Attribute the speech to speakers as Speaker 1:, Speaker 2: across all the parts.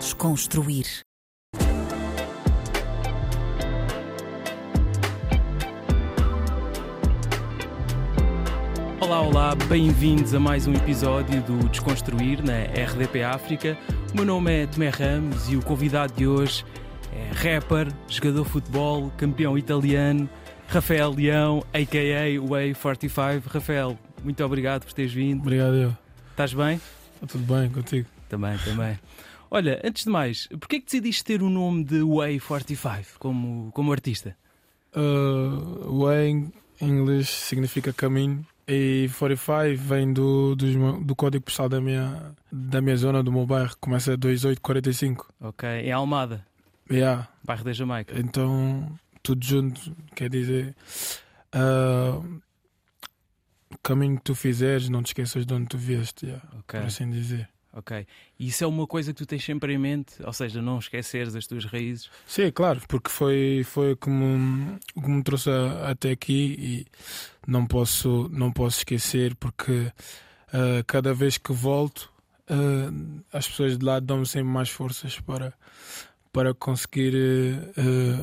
Speaker 1: Desconstruir.
Speaker 2: Olá, olá, bem-vindos a mais um episódio do Desconstruir na RDP África. O meu nome é Tomé Ramos e o convidado de hoje é rapper, jogador de futebol, campeão italiano, Rafael Leão, a.k.a. Way45. Rafael, muito obrigado por teres vindo.
Speaker 3: Obrigado, eu.
Speaker 2: Estás bem?
Speaker 3: Tá tudo bem contigo?
Speaker 2: Também, também. Olha, antes de mais, porquê é que decidiste ter o nome de Way45 como, como artista?
Speaker 3: Uh, way em inglês significa caminho e 45 vem do, dos meu- do código postal da minha, da minha zona, do meu bairro. Começa 2845.
Speaker 2: Ok, em Almada,
Speaker 3: Yeah.
Speaker 2: bairro da Jamaica.
Speaker 3: Então, tudo junto quer dizer. uh, caminho que tu fizeres, não te esqueças de onde tu vieste. Yeah.
Speaker 2: Ok.
Speaker 3: Por assim dizer.
Speaker 2: Ok. E isso é uma coisa que tu tens sempre em mente, ou seja, não esqueceres as tuas raízes.
Speaker 3: Sim, claro, porque foi, foi o que me, o que me trouxe a- até aqui e não posso, não posso esquecer, porque ah, cada vez que volto, ah, as pessoas de lá dão-me sempre mais forças para, para conseguir ah,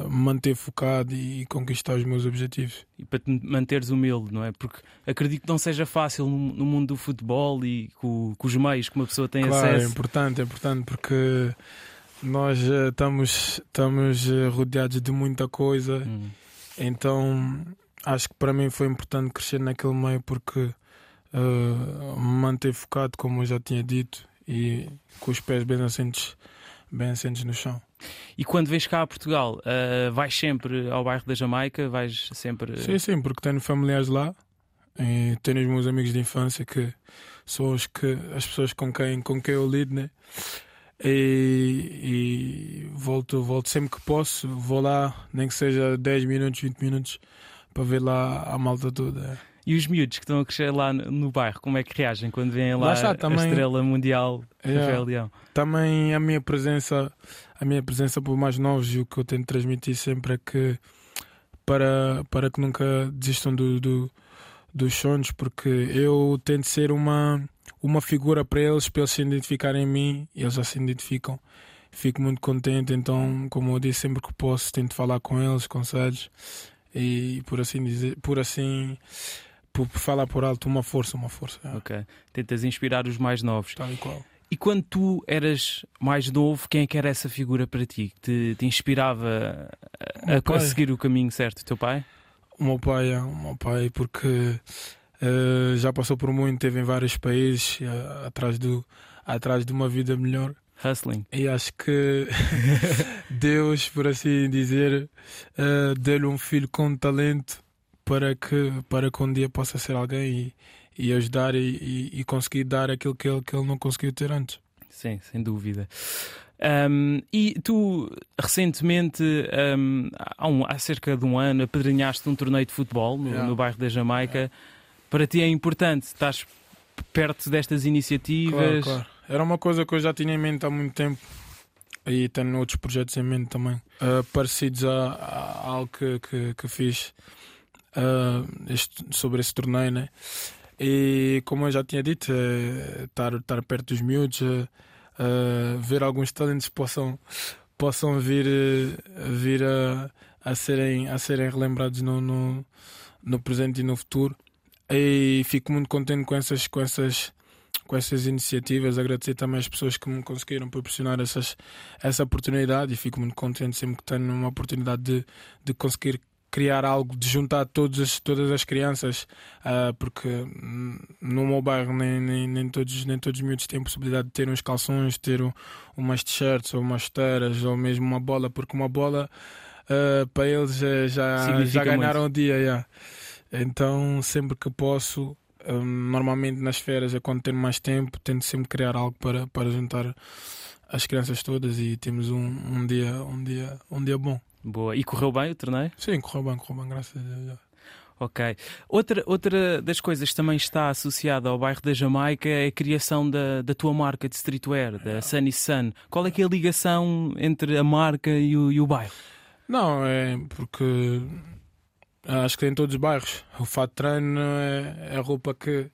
Speaker 3: ah, manter focado e, conquistar os meus objetivos.
Speaker 2: E para te manteres humilde, não é? Porque acredito que não seja fácil no, no mundo do futebol e com, com os meios que uma pessoa tem
Speaker 3: claro, é
Speaker 2: acesso.
Speaker 3: importante, é importante, porque nós ah, estamos, estamos ah, rodeados de muita coisa.
Speaker 2: Hum,
Speaker 3: Então acho que para mim foi importante crescer naquele meio porque eh, me manter focado, como eu já tinha dito, e com os pés bem assentes, bem assentes no chão.
Speaker 2: E quando vens cá a Portugal, ah, vais sempre ao bairro da Jamaica, vais sempre.
Speaker 3: Sim, sim, porque tenho familiares lá e tenho os meus amigos de infância que são os que, as pessoas com quem, com quem eu lido, né? E, e volto, volto sempre que posso, vou lá, nem que seja 10 minutos, 20 minutos, para ver lá a malta toda. é.
Speaker 2: E os miúdos que estão a crescer lá no, no bairro, como é que reagem quando vêm lá,
Speaker 3: Lá está,
Speaker 2: a
Speaker 3: também-
Speaker 2: estrela mundial
Speaker 3: Yeah.
Speaker 2: Rafael Leão?
Speaker 3: também a minha presença a minha presença por mais novos e o que eu tento transmitir sempre é que para para que nunca desistam do, do- dos sonhos porque eu tento ser uma uma figura para eles para eles se identificarem em mim e eles já se identificam fico muito contente então como eu disse sempre que posso tento falar com eles conselhos e por assim dizer por assim por por falar por alto uma força uma força é,
Speaker 2: Ok. Tentas inspirar os mais novos.
Speaker 3: tal e qual
Speaker 2: E quando tu eras mais novo, quem é que era essa figura para ti? Que te, te inspirava a- a,
Speaker 3: Meu pai.
Speaker 2: conseguir o caminho certo? O teu pai?
Speaker 3: O meu pai é o meu pai porque eh, já passou por muito, teve em vários países eh, atrás, do, atrás de uma vida melhor
Speaker 2: Hustling.
Speaker 3: e acho que Deus, por assim dizer, eh, deu-lhe um filho com talento para que, para que um dia possa ser alguém e, e ajudar e, e- e conseguir dar aquilo que ele, que ele não conseguiu ter antes.
Speaker 2: Sim, sem dúvida. Ahm, e tu, recentemente, ahm, há, um- há cerca de um ano, apedrinhaste um torneio de futebol no,
Speaker 3: Yeah.
Speaker 2: no bairro da Jamaica. Para ti é importante, estás p- perto destas
Speaker 3: Claro,
Speaker 2: iniciativas.
Speaker 3: claro. Era uma coisa que eu já tinha em mente há muito tempo e tenho outros projetos em mente também, ah, parecidos a, a algo que, que, que fiz ah, este- sobre esse torneio, né? E como eu já tinha dito, eh, estar, estar perto dos miúdos, eh, ah, ver alguns talentos que possam, possam vir, eh, vir a, a, serem, a serem relembrados no, no, no presente e no futuro. E fico muito contente com essas, com essas com essas iniciativas, agradecer também às pessoas que me conseguiram proporcionar essas, essa oportunidade e fico muito contente sempre que tenho uma oportunidade de, de conseguir criar algo, de juntar todas as, todas as crianças, ah, porque hum, no meu bairro nem, nem, nem todos, nem todos os miúdos têm possibilidade de ter uns calções, ter um- umas t-shirts ou umas chuteiras ou mesmo uma bola, porque uma bola ah, para eles eh, já, já
Speaker 2: Significa
Speaker 3: ganharam o dia. já. Então sempre que posso Hum, normalmente nas férias é quando tenho mais tempo, tento sempre criar algo para, para juntar as crianças todas e temos um, um dia, um, dia, um dia bom.
Speaker 2: Boa. E correu bem o torneio?
Speaker 3: Sim, correu bem, correu bem, graças a Deus.
Speaker 2: Ok. Outra, outra das coisas que também está associada ao bairro da Jamaica é a criação da, da tua marca de streetwear, da Sunny Sun. Qual é que é a ligação entre a marca e o, e o bairro?
Speaker 3: Não, é porque ah, acho que em todos os bairros. O fato de treino é, é a roupa que,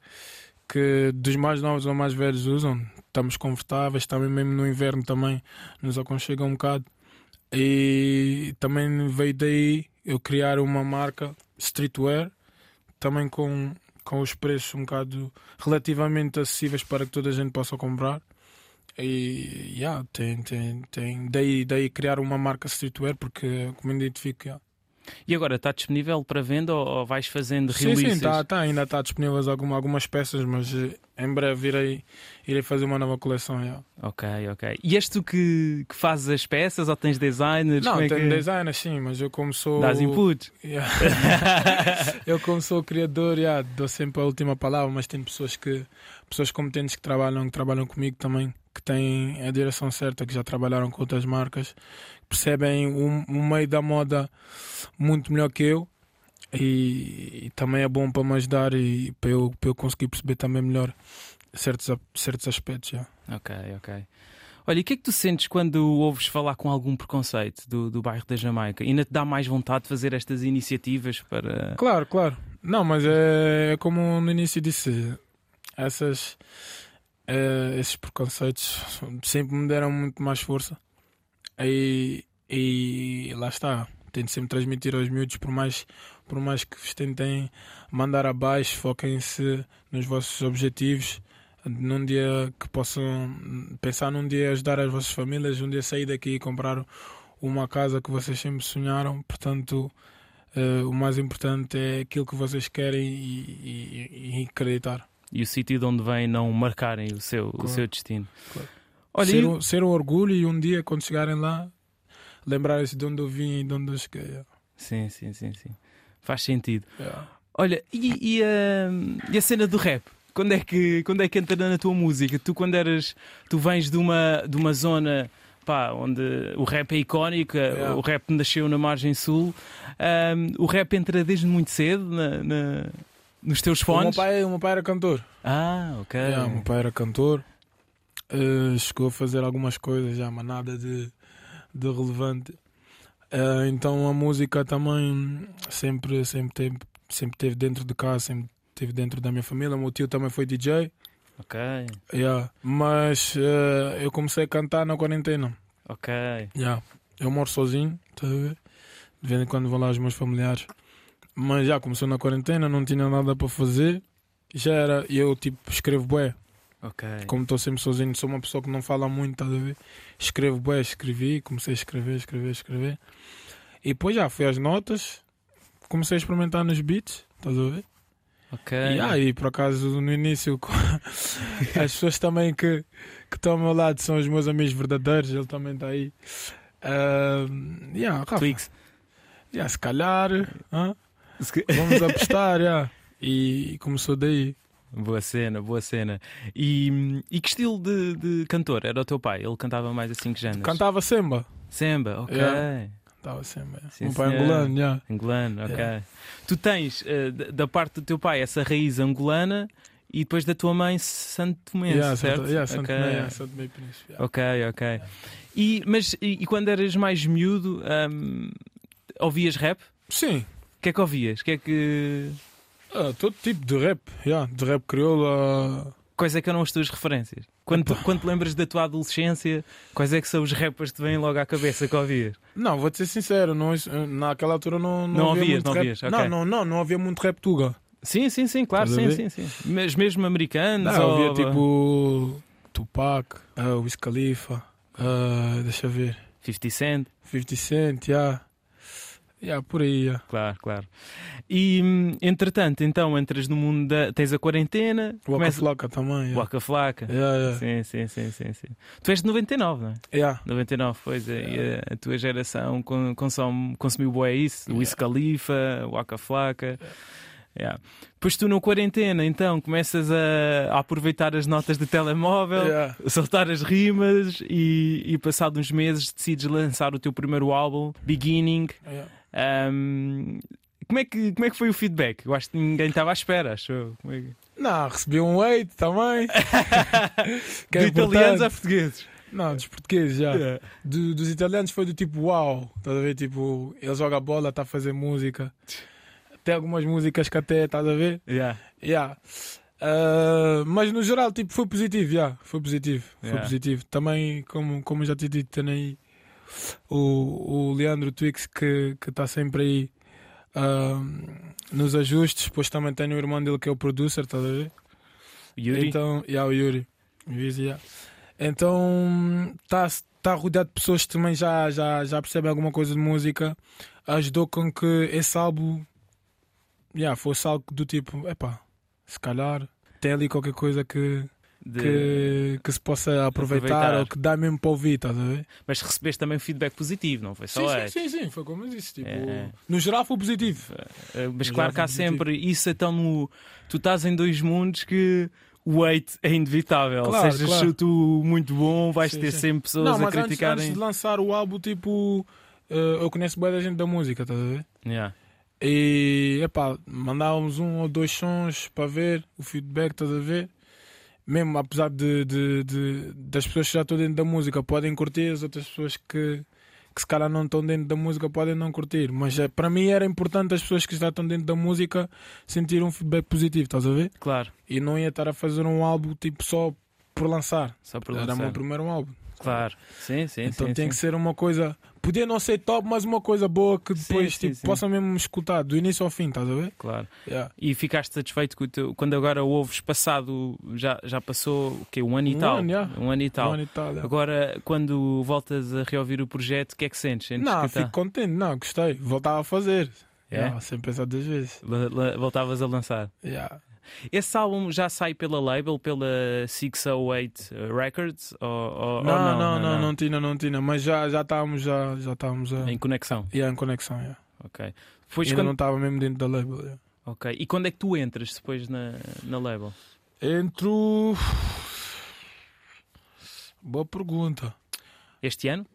Speaker 3: que dos mais novos ou mais velhos usam. Estamos confortáveis, também mesmo no inverno também nos aconchega um bocado. E também veio daí eu criar uma marca streetwear, também com, com os preços um bocado relativamente acessíveis para que toda a gente possa comprar. E yeah, tem, tem, tem. Daí, daí criar uma marca streetwear, porque como identifico. Yeah.
Speaker 2: E agora está disponível para venda ou ou vais fazendo
Speaker 3: Sim,
Speaker 2: releases?
Speaker 3: sim, tá, tá, ainda está disponíveis alguma, algumas peças, mas eh, em breve irei, irei fazer uma nova coleção. yeah.
Speaker 2: Ok, ok. E és tu que, que fazes as peças ou tens designers?
Speaker 3: Não,
Speaker 2: Como é
Speaker 3: tenho
Speaker 2: que...
Speaker 3: designers sim, mas eu como sou.
Speaker 2: Dás input?
Speaker 3: Yeah. eu como sou criador, yeah, dou sempre a última palavra, mas tem pessoas que pessoas competentes que trabalham, que trabalham comigo também, que têm a direção certa, que já trabalharam com outras marcas, percebem o, o meio da moda muito melhor que eu e, e também é bom para me ajudar e para eu, para eu conseguir perceber também melhor certos, a- certos aspectos. yeah.
Speaker 2: Ok, ok. Olha, e o que é que tu sentes quando ouves falar com algum preconceito do, do bairro da Jamaica? Ainda te dá mais vontade de fazer estas iniciativas para.
Speaker 3: Claro, claro. Não, mas é, é como no início disse, essas, eh, esses preconceitos sempre me deram muito mais força. E, e lá está. Tento sempre transmitir aos miúdos, por mais, por mais que vos tentem mandar abaixo, foquem-se nos vossos objetivos. Num dia que possam pensar num dia ajudar as vossas famílias, um dia sair daqui e comprar uma casa que vocês sempre sonharam. Portanto, eh, o mais importante é aquilo que vocês querem e, e- e acreditar.
Speaker 2: E o sítio de onde vêm não marcarem o seu, o
Speaker 3: Claro.
Speaker 2: seu destino?
Speaker 3: Claro.
Speaker 2: Olha,
Speaker 3: ser,
Speaker 2: e-
Speaker 3: um, ser um orgulho e um dia, quando chegarem lá, lembrarem-se de onde eu vim e de onde eu cheguei. yeah.
Speaker 2: Sim, sim, sim, sim. Faz sentido.
Speaker 3: Yeah.
Speaker 2: Olha, e, e a, e a cena do rap? Quando é, que, quando é que entra na tua música? Tu quando eras. Tu vens de uma, de uma zona pá, onde o rap é icónico,
Speaker 3: Yeah.
Speaker 2: o rap nasceu na margem sul. Ahm, o rap entra desde muito cedo na- na- nos teus
Speaker 3: O, meu
Speaker 2: fones.
Speaker 3: pai, o meu pai era cantor.
Speaker 2: Ah, ok.
Speaker 3: Yeah, o meu pai era cantor. Eh, chegou a fazer algumas coisas, já, mas nada de, de relevante. Eh, então a música também sempre, sempre, teve, sempre teve dentro de casa, sempre teve dentro da minha família. O meu tio também foi DJ.
Speaker 2: Ok,
Speaker 3: Yeah. Mas eh, eu comecei a cantar na quarentena.
Speaker 2: ok.
Speaker 3: Yeah. Eu moro sozinho, tá a ver? De vez em quando vou lá aos meus familiares. Mas já começou na quarentena, não tinha nada para fazer. Já era, e eu tipo escrevo bué.
Speaker 2: Ok.
Speaker 3: Como estou sempre sozinho, sou uma pessoa que não fala muito, tá a ver? Escrevo bué, escrevi, comecei a escrever, escrever, escrever. E depois já fui às notas, comecei a experimentar nos beats, estás a ver?
Speaker 2: Ok.
Speaker 3: E, ah, e por acaso no início as pessoas também que, que estão ao meu lado são os meus amigos verdadeiros, ele também está aí. Ah, yeah, Rafa,
Speaker 2: Twix.
Speaker 3: yeah, se calhar hã? vamos apostar. yeah. E começou daí.
Speaker 2: Boa cena, boa cena. E, e que estilo de, de cantor era o teu pai? Ele cantava mais assim que géneros?
Speaker 3: Cantava samba.
Speaker 2: Samba, ok.
Speaker 3: Yeah. Cantava samba. yeah.
Speaker 2: Sim,
Speaker 3: Meu pai
Speaker 2: senhor.
Speaker 3: angolano. yeah.
Speaker 2: Angolano, ok.
Speaker 3: Yeah.
Speaker 2: Tu tens eh, da- da parte do teu pai essa raiz angolana e depois da tua mãe santomense,
Speaker 3: Yeah,
Speaker 2: certo?
Speaker 3: Santo- yeah, Santo
Speaker 2: Ok.
Speaker 3: Tomé, yeah, Santo Tomé e Príncipe, yeah.
Speaker 2: Ok, ok. E, mas e, e quando eras mais miúdo, ahm, ouvias rap?
Speaker 3: Sim,
Speaker 2: O que é que ouvias? O que é que.
Speaker 3: ah, todo tipo de rap. yeah, De rap crioulo. ah,
Speaker 2: Quais é que eram as tuas referências? Quando, tu- quando te lembras da tua adolescência, quais é que são os rappers que te vêm logo à cabeça que ouvias?
Speaker 3: Não, vou te ser sincero, não, isso- eh, naquela altura não, não,
Speaker 2: Não
Speaker 3: havia
Speaker 2: ouvias,
Speaker 3: muito
Speaker 2: não
Speaker 3: rap.
Speaker 2: ouvias, ok.
Speaker 3: Não, não, não, não havia muito rap tuga.
Speaker 2: Sim, sim, sim, claro,
Speaker 3: Estás
Speaker 2: sim,
Speaker 3: a
Speaker 2: sim, sim. Mas mesmo americanos,
Speaker 3: Não,
Speaker 2: ou-
Speaker 3: havia tipo Tupac, ah, Wiz Khalifa, ah, deixa eu ver,
Speaker 2: 50 Cent.
Speaker 3: 50 Cent, já. Já, por aí, já.
Speaker 2: Claro, claro. E hum, entretanto, então entras no mundo da. tens a quarentena,
Speaker 3: Waka É.
Speaker 2: começa
Speaker 3: Flocka também, já.
Speaker 2: Waka Flaca.
Speaker 3: Já, já.
Speaker 2: Sim, sim, sim, sim, sim. Tu és de 99, não é?
Speaker 3: Já,
Speaker 2: 99, pois é. E a, a tua geração con- consome, consumiu boé isso. O
Speaker 3: Yeah.
Speaker 2: Wiz Khalifa, o Waka Flaca.
Speaker 3: É.
Speaker 2: Yeah. Pois tu, no quarentena, então começas a, a aproveitar as notas de telemóvel.
Speaker 3: já.
Speaker 2: Soltar as rimas e, e passado uns meses decides lançar o teu primeiro álbum, Beginning,
Speaker 3: já.
Speaker 2: Ahm, como, é que, como é que foi o feedback? Eu acho que ninguém estava à espera, acho eu. Como é que-
Speaker 3: Não, recebi um 8 também. Que é
Speaker 2: de italianos
Speaker 3: importante. Ah.
Speaker 2: a portugueses.
Speaker 3: Não, dos portugueses, já.
Speaker 2: Yeah.
Speaker 3: Do- dos italianos foi do tipo uau, estás a ver? Tipo, ele joga bola, está a fazer música. Tem algumas músicas que até, estás a ver?
Speaker 2: Yeah.
Speaker 3: Yeah. Ah, mas no geral, tipo, foi positivo, já. Foi positivo, foi
Speaker 2: Yeah.
Speaker 3: positivo. Também, como, como eu já te dito, tem aí o, o Leandro Twix que está sempre aí ah, nos ajustes. Depois também tenho o irmão dele que é o producer, estás a ver?
Speaker 2: Yuri,
Speaker 3: Então, yeah, o Yuri. O Yuri, yeah. Então, está tá rodeado de pessoas que também já, já, já percebem alguma coisa de música. Ajudou com que esse álbum yeah, fosse algo do tipo: epá, se calhar tem ali qualquer coisa que,
Speaker 2: de-
Speaker 3: que, que se possa aproveitar,
Speaker 2: Aproveitar. Tá
Speaker 3: ou que dá mesmo para ouvir, estás a ver?
Speaker 2: mas recebeste também um feedback positivo, não foi só
Speaker 3: Sim, sim,
Speaker 2: este?
Speaker 3: sim, sim, foi como eu disse. Tipo,
Speaker 2: É.
Speaker 3: No geral foi positivo.
Speaker 2: Eh, Mas
Speaker 3: Já
Speaker 2: claro que há
Speaker 3: foi positivo.
Speaker 2: sempre isso, então no, tu estás em dois mundos que o hate é inevitável.
Speaker 3: Claro,
Speaker 2: Sejas
Speaker 3: claro.
Speaker 2: tu muito bom, vais
Speaker 3: Sim,
Speaker 2: ter
Speaker 3: sim.
Speaker 2: sempre pessoas
Speaker 3: Não,
Speaker 2: a
Speaker 3: mas antes,
Speaker 2: criticarem.
Speaker 3: antes de lançar o álbum, tipo, eh, eu conheço bem da gente da música, estás a ver?
Speaker 2: Yeah.
Speaker 3: E epá, mandávamos um ou dois sons para ver o feedback, estás a ver? Mesmo apesar de, de- de- das pessoas que já estão dentro da música podem curtir, as outras pessoas que, que se calhar não estão dentro da música podem não curtir. Mas eh, para mim era importante as pessoas que já estão dentro da música sentir um feedback positivo, estás a ver?
Speaker 2: Claro,
Speaker 3: E não ia estar a fazer um álbum tipo só por lançar.
Speaker 2: só para
Speaker 3: Era o meu
Speaker 2: lançar.
Speaker 3: primeiro álbum.
Speaker 2: Claro, sim, sim.
Speaker 3: Então
Speaker 2: sim,
Speaker 3: tem
Speaker 2: sim.
Speaker 3: que ser uma coisa. Podia não ser top, mas uma coisa boa que
Speaker 2: Sim,
Speaker 3: depois
Speaker 2: sim,
Speaker 3: tipo,
Speaker 2: sim.
Speaker 3: possa mesmo escutar, do início ao fim, estás a ver?
Speaker 2: Claro.
Speaker 3: Yeah.
Speaker 2: E ficaste satisfeito com o teu- quando agora ouves passado, já, já passou o quê? Um ano e
Speaker 3: Um
Speaker 2: tal?
Speaker 3: ano, yeah.
Speaker 2: Um ano e tal.
Speaker 3: Não, e tal, é.
Speaker 2: Agora, quando voltas a reouvir o projeto, o que é que sentes? Sentes
Speaker 3: Não,
Speaker 2: que tá-
Speaker 3: fico contente, não, gostei. Voltava a fazer.
Speaker 2: É?
Speaker 3: Yeah, sem pensar duas vezes.
Speaker 2: La- la- Voltavas a lançar.
Speaker 3: Yeah.
Speaker 2: Esse álbum já sai pela label, pela 608 Records? Ou, ou- ou
Speaker 3: Não, não, não, não, tinha, não tinha. Mas já já estávamos já, já estávamos a,
Speaker 2: Em conexão,
Speaker 3: yeah, em conexão. Yeah.
Speaker 2: ok. Depois
Speaker 3: Ainda
Speaker 2: quando...
Speaker 3: não estava mesmo dentro da label. yeah.
Speaker 2: ok. E quando é que tu entras depois na, na label?
Speaker 3: Entre o. Boa pergunta.
Speaker 2: Este ano?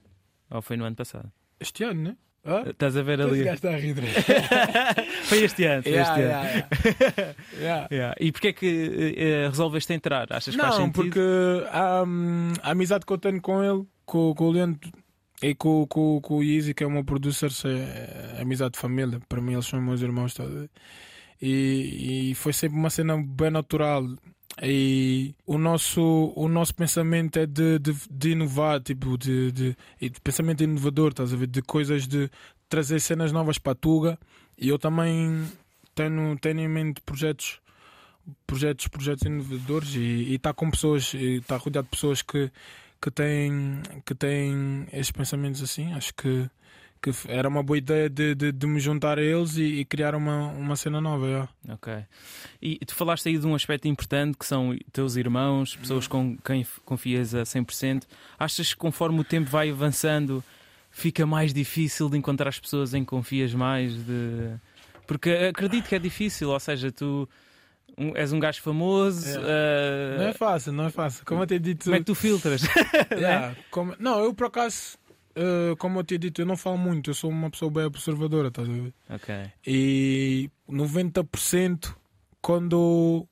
Speaker 2: Ou foi no ano passado?
Speaker 3: Este ano, né? Hã?
Speaker 2: Estás a ver
Speaker 3: Esse
Speaker 2: ali.
Speaker 3: gajo está a rir.
Speaker 2: foi este ano. Foi
Speaker 3: é. Yeah,
Speaker 2: este ano.
Speaker 3: yeah, yeah. Yeah.
Speaker 2: Yeah. E porquê é que eh, eh, resolveste entrar? Achas que faz
Speaker 3: Não,
Speaker 2: sentido?
Speaker 3: porque a, hum, a amizade que eu tenho com ele, com, com o Leandro e com, com, com o Yeezy, que é o meu producer, se- é amizade de família. Para mim, eles são meus irmãos. tá a ver? E, e foi sempre uma cena bem natural. E o nosso, o nosso pensamento é de, de, de inovar, tipo, de, de, e de pensamento inovador, estás a ver? De coisas de trazer cenas novas para a Tuga. E eu também tenho, tenho em mente projetos projetos, projetos inovadores e está com pessoas, está rodeado de pessoas que, que, têm, que têm estes pensamentos assim. Acho que, que f- era uma boa ideia de, de, de me juntar a eles e, e criar uma, uma cena nova. yeah.
Speaker 2: Ok. E tu falaste aí de um aspecto importante que são teus irmãos, pessoas com quem f- confias a 100%. Achas que conforme o tempo vai avançando, fica mais difícil de encontrar as pessoas em que confias mais? De... Porque acredito que é difícil, ou seja, tu um- és um gajo famoso.
Speaker 3: É.
Speaker 2: ah,
Speaker 3: Não é fácil, não é fácil. Como eu te dito.
Speaker 2: Como é que tá, né? tu filtras?
Speaker 3: Yeah, como- não, eu por acaso, eh, como eu te dito, eu não falo muito, eu sou uma pessoa bem observadora, estás a ver?
Speaker 2: ok.
Speaker 3: E 90% quando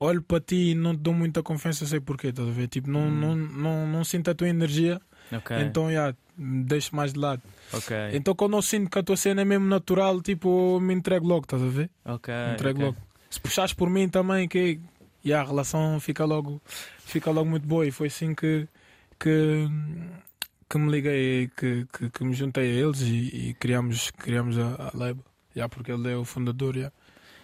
Speaker 3: olho para ti e não te dou muita confiança, sei porquê, estás a ver? Tipo, não,
Speaker 2: Hum. É.
Speaker 3: não, não, não sinto a tua energia,
Speaker 2: Ok.
Speaker 3: então já, me deixo mais de lado.
Speaker 2: ok.
Speaker 3: Então quando eu sinto que a tua cena é mesmo natural, tipo, eu me entrego logo, estás a ver?
Speaker 2: ok.
Speaker 3: Me entrego
Speaker 2: ok.
Speaker 3: logo. Se puxares por mim também, que já, a relação fica logo, fica logo muito boa e foi assim que. que que me liguei, que, que, que me juntei a eles e, e criamos, criamos a, a label. Já, porque ele é o fundador. já.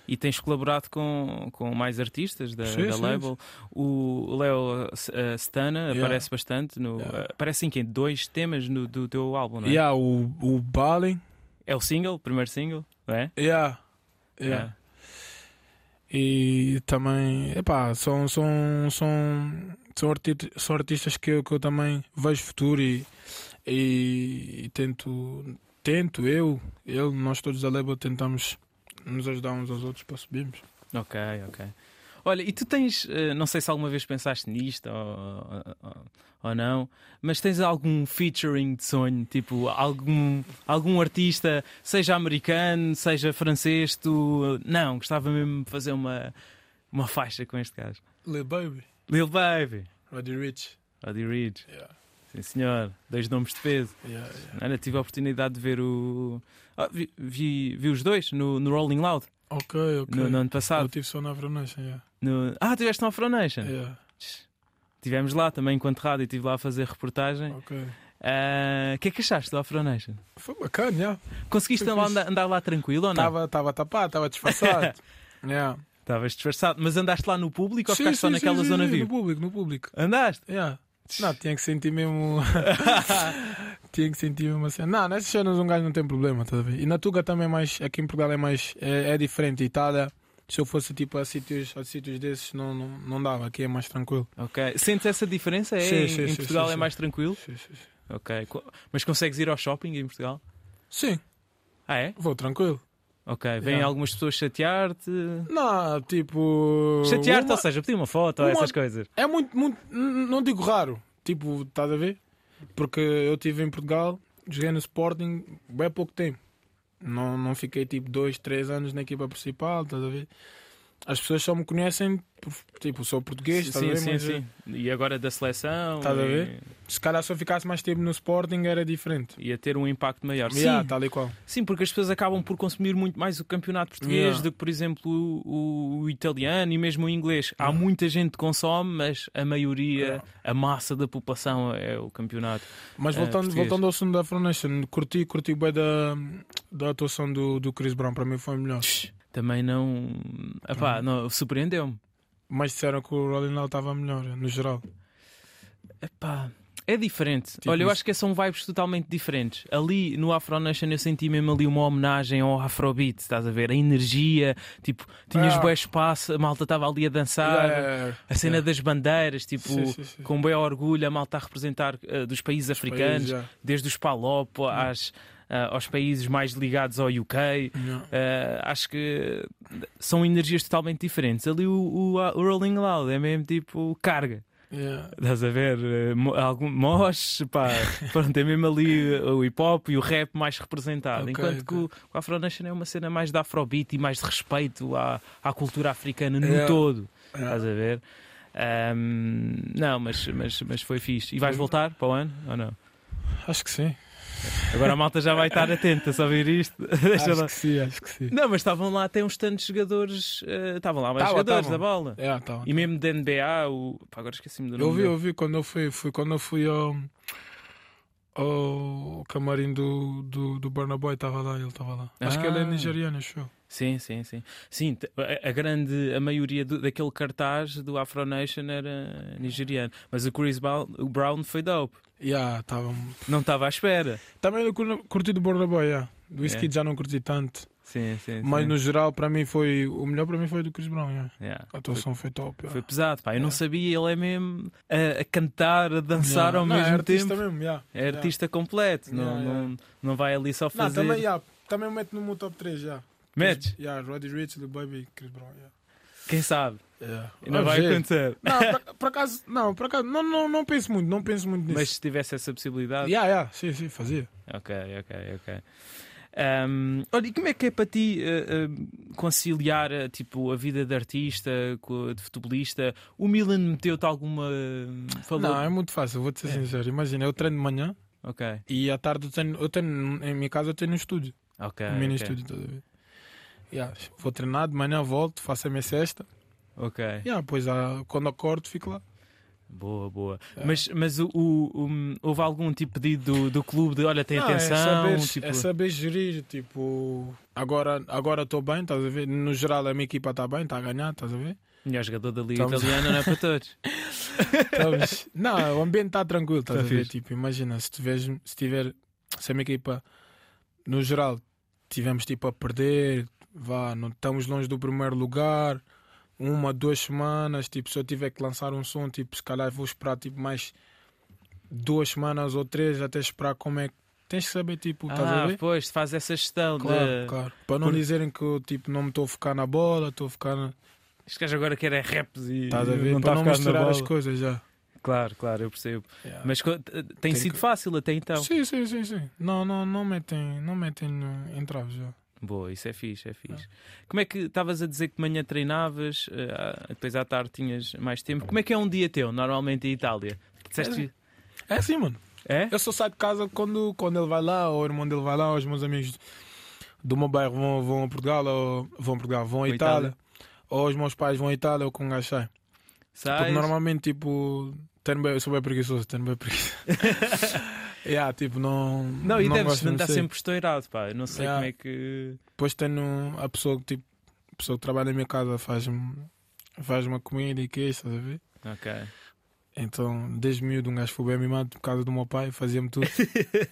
Speaker 2: E tens colaborado com, com mais artistas da,
Speaker 3: Sim,
Speaker 2: da
Speaker 3: sim,
Speaker 2: label. O Leo eh, Stana
Speaker 3: Yeah.
Speaker 2: aparece bastante no.
Speaker 3: Yeah.
Speaker 2: eh, Aparecem quê? Dois temas no, do teu álbum, não é?
Speaker 3: Yeah, o, o Balin.
Speaker 2: É o single, o primeiro single, não é?
Speaker 3: Yeah. Yeah. E também, epá, são, são, são, são, arti- são artistas que eu, que eu também vejo futuro e, e, e tento, tento eu, ele, nós todos da Label tentamos nos ajudar uns aos outros para subirmos.
Speaker 2: É. Ok, ok. Olha, e tu tens, eh, não sei se alguma vez pensaste nisto ou, ou- ou não, mas tens algum featuring de sonho, tipo algum, algum artista, seja americano, seja francês, tu eh, não, gostava mesmo de fazer uma, uma faixa com este gajo.
Speaker 3: Lil Baby,
Speaker 2: Lil Baby.
Speaker 3: Roddy Rich.
Speaker 2: Roddy Reed.
Speaker 3: Yeah,
Speaker 2: Sim, senhor. Dois nomes de peso.
Speaker 3: yeah, yeah.
Speaker 2: Olha, tive a oportunidade de ver o. Ah, vi, vi, vi os dois no, no Rolling Loud
Speaker 3: Ok, ok.
Speaker 2: no, no ano
Speaker 3: eu
Speaker 2: passado.
Speaker 3: tive só na Avronation, yeah.
Speaker 2: no- Ah, tiveste na Afro Nation.
Speaker 3: Yeah,
Speaker 2: Tivemos lá também enquanto rádio, estive lá a fazer reportagem.
Speaker 3: ok.
Speaker 2: Ah, O que é que achaste da Afro Nation?
Speaker 3: Foi bacana, yeah.
Speaker 2: Conseguiste
Speaker 3: Foi
Speaker 2: lá
Speaker 3: fixe.
Speaker 2: andar, andar lá tranquilo ou não?
Speaker 3: Estava tava tapado, estava disfarçado. yeah.
Speaker 2: Estavas disfarçado, mas andaste lá no público ou
Speaker 3: Sim,
Speaker 2: ficaste só
Speaker 3: sim,
Speaker 2: naquela
Speaker 3: sim, sim,
Speaker 2: zona
Speaker 3: sim, No
Speaker 2: viva?
Speaker 3: público, no público.
Speaker 2: Andaste?
Speaker 3: Yeah. Não, tinha que sentir mesmo. tinha que sentir mesmo assim. Não, nessas cenas um gajo não tem problema, estás a ver? E na Tuga também é mais. Aqui em Portugal é mais. É, é diferente. Itália, se eu fosse tipo a sítios, a sítios desses, não, não, não dava. Aqui é mais tranquilo.
Speaker 2: Ok. Sentes essa diferença? É,
Speaker 3: Sim,
Speaker 2: em,
Speaker 3: sim,
Speaker 2: em
Speaker 3: sim,
Speaker 2: Portugal
Speaker 3: sim,
Speaker 2: é
Speaker 3: sim.
Speaker 2: mais tranquilo?
Speaker 3: Sim, sim, sim.
Speaker 2: Ok. Co- Mas consegues ir ao shopping em Portugal?
Speaker 3: Sim,
Speaker 2: Ah, é?
Speaker 3: vou tranquilo.
Speaker 2: Ok. Vêm
Speaker 3: Yeah.
Speaker 2: algumas pessoas chatear-te.
Speaker 3: Não, tipo.
Speaker 2: Chatear-te,
Speaker 3: uma-
Speaker 2: ou seja, pedir uma foto ou
Speaker 3: uma-
Speaker 2: essas coisas.
Speaker 3: É muito, muito. n- Não digo raro. Tipo, estás a ver? Porque eu estive em Portugal, joguei no Sporting bem pouco tempo. Não, não fiquei tipo dois, três anos na equipa principal, estás a ver? As pessoas só me conhecem por, tipo, sou português, estás a
Speaker 2: sim,
Speaker 3: ver?
Speaker 2: sim,
Speaker 3: Mas,
Speaker 2: sim. E agora da seleção.
Speaker 3: Estás a
Speaker 2: e-
Speaker 3: ver? Se calhar se eu ficasse mais tempo no Sporting era diferente.
Speaker 2: Ia ter um impacto maior.
Speaker 3: Yeah, tá.
Speaker 2: sim,
Speaker 3: tal e qual.
Speaker 2: sim, porque as pessoas acabam por consumir muito mais o campeonato português
Speaker 3: Yeah.
Speaker 2: do que, por exemplo, o, o italiano e mesmo o inglês. Há muita gente que consome, mas a maioria,
Speaker 3: Yeah.
Speaker 2: a massa da população é o campeonato.
Speaker 3: Mas
Speaker 2: É,
Speaker 3: voltando,
Speaker 2: português.
Speaker 3: voltando ao assunto da Foundation, curti, curti bem da, da atuação do, do Chris Brown, para mim foi o melhor.
Speaker 2: Também não.
Speaker 3: Uhum.
Speaker 2: Epá, não surpreendeu-me.
Speaker 3: Mas disseram que o Rolling estava melhor, no geral.
Speaker 2: Epá, é diferente.
Speaker 3: Tipo
Speaker 2: Olha, eu
Speaker 3: isso.
Speaker 2: acho que são vibes totalmente diferentes. Ali no Afro Nation eu senti mesmo ali uma homenagem ao Afrobeat, estás a ver? A energia, tipo, tinhas
Speaker 3: Ah.
Speaker 2: bué espaço, a malta estava ali a dançar,
Speaker 3: Yeah, yeah, yeah.
Speaker 2: a cena
Speaker 3: Yeah.
Speaker 2: das bandeiras, tipo,
Speaker 3: Sim, sim, sim.
Speaker 2: com bem orgulho a malta a representar eh, dos países africanos,
Speaker 3: Países, yeah.
Speaker 2: desde os Palop às, ah, aos países mais ligados ao UK.
Speaker 3: Yeah.
Speaker 2: Eh, acho que são energias totalmente diferentes. Ali o, o- o Rolling Loud é mesmo tipo carga.
Speaker 3: Yeah.
Speaker 2: Estás a ver? eh, mo- Algum, mosh, pá, pronto, é mesmo ali eh, o hip hop e o rap mais representado.
Speaker 3: Ok,
Speaker 2: enquanto que o, o Afro Nation é uma cena mais de afrobeat e mais de respeito à, à cultura africana no
Speaker 3: Yeah.
Speaker 2: todo.
Speaker 3: Yeah.
Speaker 2: Estás a ver? Ahm, não, mas, mas, mas foi fixe. E vais voltar para o ano ou não?
Speaker 3: Acho que sim.
Speaker 2: Agora a malta já vai estar atenta se ouvir isto. Deixa
Speaker 3: acho
Speaker 2: lá.
Speaker 3: que sim, acho que sim.
Speaker 2: Não, mas estavam lá até uns tantos jogadores, eh, estavam lá mais
Speaker 3: Tava,
Speaker 2: jogadores
Speaker 3: tava.
Speaker 2: da bola.
Speaker 3: É, tá bom.
Speaker 2: E mesmo da NBA, o... pá, agora esqueci-me do nome.
Speaker 3: Eu vi,
Speaker 2: dele.
Speaker 3: eu vi quando eu fui, fui quando eu fui ao, ao camarim do, do, do Burna Boy, estava lá, ele estava lá. Acho que ele é
Speaker 2: Ah.
Speaker 3: nigeriano, acho eu.
Speaker 2: Sim, sim, sim. Sim, t- a, a grande, a maioria do- daquele cartaz do Afro Nation era nigeriano. Mas o Chris Brown, o Brown foi dope.
Speaker 3: Yeah, tava... um-
Speaker 2: Não estava à espera.
Speaker 3: Também eu cur- curti do Burna Boy, yeah. do Whisky já não curti tanto.
Speaker 2: Sim, sim.
Speaker 3: Mas
Speaker 2: sim.
Speaker 3: no geral, para mim, foi o melhor para mim foi do Chris Brown. yeah.
Speaker 2: Yeah.
Speaker 3: A atuação foi, top. yeah.
Speaker 2: Foi pesado, pá. Eu não
Speaker 3: É.
Speaker 2: sabia, ele é mesmo a, a cantar, a dançar
Speaker 3: Yeah.
Speaker 2: ao
Speaker 3: Não, é
Speaker 2: mesmo
Speaker 3: artista
Speaker 2: tempo.
Speaker 3: mesmo, yeah.
Speaker 2: É artista completo. não,
Speaker 3: Yeah,
Speaker 2: Não, não vai ali só
Speaker 3: Não,
Speaker 2: fazer.
Speaker 3: também, yeah, também mete no meu top 3 já. Yeah.
Speaker 2: Metes?
Speaker 3: Yeah, Roddy Rich, Lil Baby, Chris Brown. yeah.
Speaker 2: Quem sabe?
Speaker 3: Yeah.
Speaker 2: Ainda
Speaker 3: Vamos
Speaker 2: vai
Speaker 3: ver.
Speaker 2: acontecer.
Speaker 3: Não, por, por acaso, não, por acaso, não, não, não penso muito, não penso muito nisso.
Speaker 2: Mas se tivesse essa possibilidade.
Speaker 3: Yeah, yeah, sim, sim, fazia.
Speaker 2: Ok, ok, ok. Ahm, olha, e como é que é para ti eh, eh, conciliar eh, tipo, a vida de artista, co- de futebolista? O Milan meteu-te alguma. hum, Falou?
Speaker 3: Não, é muito fácil, vou-te ser
Speaker 2: É.
Speaker 3: sincero. Imagina, eu treino de manhã
Speaker 2: Ok,
Speaker 3: e à tarde eu treino, eu treino em minha casa eu treino no estúdio,
Speaker 2: ok.
Speaker 3: no um mini
Speaker 2: É, ok,
Speaker 3: estúdio, estás a ver? Yeah, vou treinar, de manhã volto, faço a minha cesta.
Speaker 2: Ok,
Speaker 3: Yeah, depois ah, quando acordo fico lá.
Speaker 2: boa, boa.
Speaker 3: É.
Speaker 2: Mas, mas o, o- o- houve algum tipo de pedido do, do clube de olha, tem
Speaker 3: Não,
Speaker 2: atenção?
Speaker 3: É saber,
Speaker 2: tipo...
Speaker 3: é saber gerir, tipo, agora estou bem, estás a ver? No geral a minha equipa está bem, está a ganhar, estás a ver?
Speaker 2: Melhor jogador da Liga
Speaker 3: Estamos-
Speaker 2: Italiana não é para todos.
Speaker 3: Estamos- Não, o ambiente está tranquilo, estás
Speaker 2: Tá
Speaker 3: a ver?
Speaker 2: fixe.
Speaker 3: Tipo, imagina, se tiveres, se tiver, se a minha equipa, no geral, tivemos tipo a perder, vá, não estamos longe do primeiro lugar, uma, duas semanas, tipo, se eu tiver que lançar um som, tipo, se calhar vou esperar tipo mais duas semanas ou três até esperar como é que. Tens que saber, tipo, estás a
Speaker 2: ah,
Speaker 3: ver?
Speaker 2: pois, faz essa gestão
Speaker 3: Claro,
Speaker 2: de.
Speaker 3: claro. Para não
Speaker 2: Por-
Speaker 3: dizerem que eu tipo, não me estou a focar na bola, estou a focar na.
Speaker 2: Este gajo agora quer é raps e.
Speaker 3: Estás a
Speaker 2: e
Speaker 3: ver?
Speaker 2: Não
Speaker 3: para
Speaker 2: está a ficar
Speaker 3: não
Speaker 2: na
Speaker 3: misturar as
Speaker 2: bola.
Speaker 3: coisas já.
Speaker 2: Claro, claro, eu percebo.
Speaker 3: Yeah.
Speaker 2: Mas co- t- tem
Speaker 3: Tem
Speaker 2: sido
Speaker 3: que-
Speaker 2: fácil até então.
Speaker 3: Sim, sim, sim, sim. Não, não, não metem, não metem no- em traves já.
Speaker 2: Boa, isso é fixe, é fixe.
Speaker 3: Ah.
Speaker 2: Como é que estavas a dizer que de manhã treinavas, eh, à- depois à tarde tinhas mais tempo? Como é que é um dia teu, normalmente em Itália? Disseste.
Speaker 3: É assim, mano.
Speaker 2: É?
Speaker 3: Eu só saio de casa quando, quando ele vai lá, ou o irmão dele vai lá, ou os meus amigos do meu bairro vão, vão a Portugal, ou vão a Portugal, vão à
Speaker 2: Ou
Speaker 3: Itália.
Speaker 2: Itália.
Speaker 3: ou os meus pais vão à Itália ou com um gajo sai. Porque
Speaker 2: Ah,
Speaker 1: Sais?
Speaker 3: normalmente, tipo, tenho bem- eu sou bem preguiçoso, tenho bem preguiça. yeah, tipo, não.
Speaker 2: Não, e deves
Speaker 3: gosto de
Speaker 2: andar
Speaker 3: mexer.
Speaker 2: sempre estourado, pá. Eu não sei
Speaker 3: Yeah.
Speaker 2: como é que.
Speaker 3: Depois tenho a pessoa que, tipo, a pessoa que trabalha na minha casa faz-me faz uma comida e queijo, estás a ver?
Speaker 2: Ok.
Speaker 3: Então, desde miúdo, um gajo foi bem mimado por causa do meu pai, fazia-me tudo.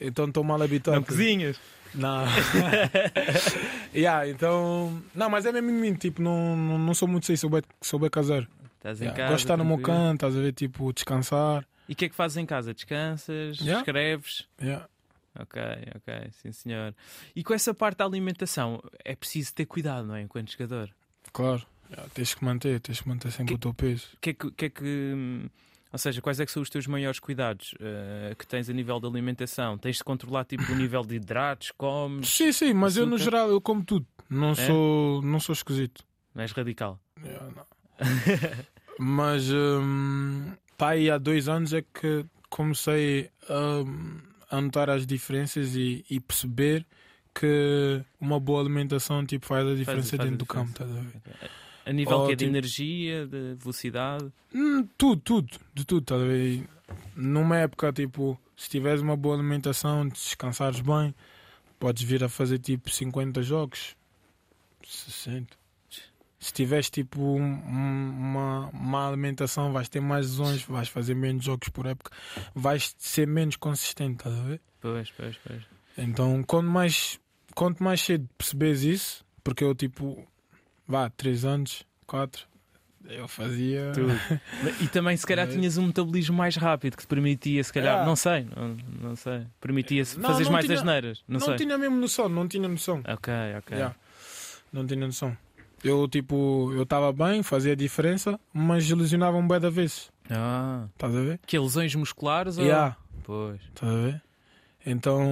Speaker 3: então, estou mal habitado.
Speaker 2: Não cozinhas.
Speaker 3: Não. yeah, então. Não, mas é mesmo em mim, tipo, não, não, não sou muito sei, sou bem, sou bem casar.
Speaker 2: Estás em
Speaker 3: Yeah.
Speaker 2: casa.
Speaker 3: Gosto de estar no meu
Speaker 2: tranquilo.
Speaker 3: canto, estás a ver, tipo, descansar.
Speaker 2: E o que é que fazes em casa? Descansas?
Speaker 3: Yeah.
Speaker 2: Escreves?
Speaker 3: Yeah.
Speaker 2: Ok, ok, sim senhor. E com essa parte da alimentação, é preciso ter cuidado, não é? Enquanto jogador.
Speaker 3: Claro, yeah, tens que manter, tens que manter
Speaker 2: Que-
Speaker 3: sempre o teu peso.
Speaker 2: O que é que. o que é que, hum, ou seja, quais é que são os teus maiores cuidados eh, que tens a nível da alimentação? Tens de controlar tipo o nível de hidratos, comes,
Speaker 3: Sim, sim, mas eu no
Speaker 2: açúcar?
Speaker 3: geral eu como tudo.
Speaker 2: É?
Speaker 3: Não, sou, não sou esquisito.
Speaker 2: não és radical.
Speaker 3: Yeah, não. mas hum, pá, aí há dois anos é que comecei hum, a notar as diferenças e, e perceber que uma boa alimentação tipo, faz a diferença
Speaker 2: faz a
Speaker 3: dentro do campo.
Speaker 2: diferença.
Speaker 3: estás a ver?
Speaker 2: A nível
Speaker 3: Oh,
Speaker 2: que é de
Speaker 3: tipo-
Speaker 2: energia, de velocidade.
Speaker 3: Hum, tudo, tudo, de tudo, estás a ver? E Numa época, tipo, se tiveres uma boa alimentação, descansares bem, podes vir a fazer tipo 50 jogos, 60. Se tiveres tipo um- um- uma, uma alimentação, vais ter mais lesões, vais fazer menos jogos por época, vais ser menos consistente, estás a ver?
Speaker 2: Pois, pois, pois.
Speaker 3: Então, quanto mais, quanto mais cedo percebes isso, porque eu, tipo, vá, 3 anos, 4, eu fazia.
Speaker 2: Tudo. E também se calhar
Speaker 3: É.
Speaker 2: tinhas um metabolismo mais rápido que te permitia, se calhar,
Speaker 3: Yeah.
Speaker 2: não sei, não, não sei. Permitia-se
Speaker 3: Ah. Não,
Speaker 2: fazeres
Speaker 3: não
Speaker 2: mais
Speaker 3: tinha-
Speaker 2: asneiras. Não,
Speaker 3: Não,
Speaker 2: sei.
Speaker 3: tinha mesmo noção, não tinha noção.
Speaker 2: Ok, ok.
Speaker 3: Yeah. Não tinha noção. Eu, tipo, eu estava bem, fazia diferença, mas lesionava-me bem da vez.
Speaker 2: Ah,
Speaker 3: Estás a ver?
Speaker 2: que é lesões musculares? ou-
Speaker 3: Yeah,
Speaker 2: Pois.
Speaker 3: estás Tá a ver? Então,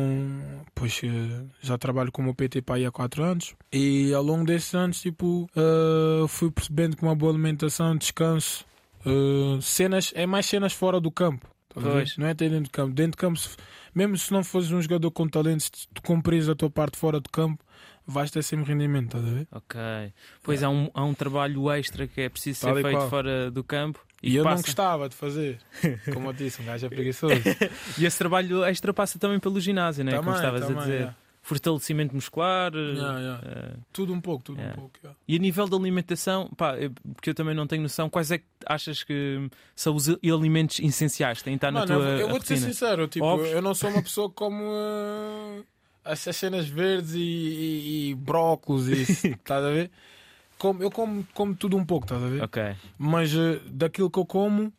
Speaker 3: pois, eh, já trabalho como PT para aí há 4 anos. E ao longo desses anos, tipo, eh, fui percebendo que uma boa alimentação, descanso, eh, cenas, é mais cenas fora do campo. estás a ver?
Speaker 2: Pois.
Speaker 3: Não é até dentro do campo. Dentro do campo, se- mesmo se não fores um jogador com talento, se tu cumprires a tua parte fora do campo, vais ter sempre rendimento, estás a ver?
Speaker 2: Ok. Pois há, um, há um trabalho extra que é preciso
Speaker 3: Tal
Speaker 2: ser
Speaker 3: e
Speaker 2: feito
Speaker 3: qual.
Speaker 2: fora do campo.
Speaker 3: E,
Speaker 2: que
Speaker 3: eu
Speaker 2: passa-
Speaker 3: não gostava de fazer. Como eu disse, um gajo é preguiçoso.
Speaker 2: E esse trabalho extra passa também pelo ginásio, não é? Como estavas a dizer.
Speaker 3: yeah.
Speaker 2: Fortalecimento muscular. eh,
Speaker 3: Yeah, yeah.
Speaker 2: eh,
Speaker 3: Tudo um pouco, tudo
Speaker 2: Yeah.
Speaker 3: um pouco. yeah.
Speaker 2: E a nível da alimentação, pá, eu- porque eu também não tenho noção, quais é que achas que são os alimentos essenciais que têm de estar Tá na
Speaker 3: Mano,
Speaker 2: tua
Speaker 3: eu, eu vou te ser
Speaker 2: rotina?
Speaker 3: sincero, tipo,
Speaker 2: Ovos.
Speaker 3: eu não sou uma pessoa como eh, essas cenas verdes e, e, e brócolos e isso, estás a ver? Como, eu como, como tudo um pouco, estás a ver?
Speaker 2: Ok.
Speaker 3: Mas eh, daquilo que eu como,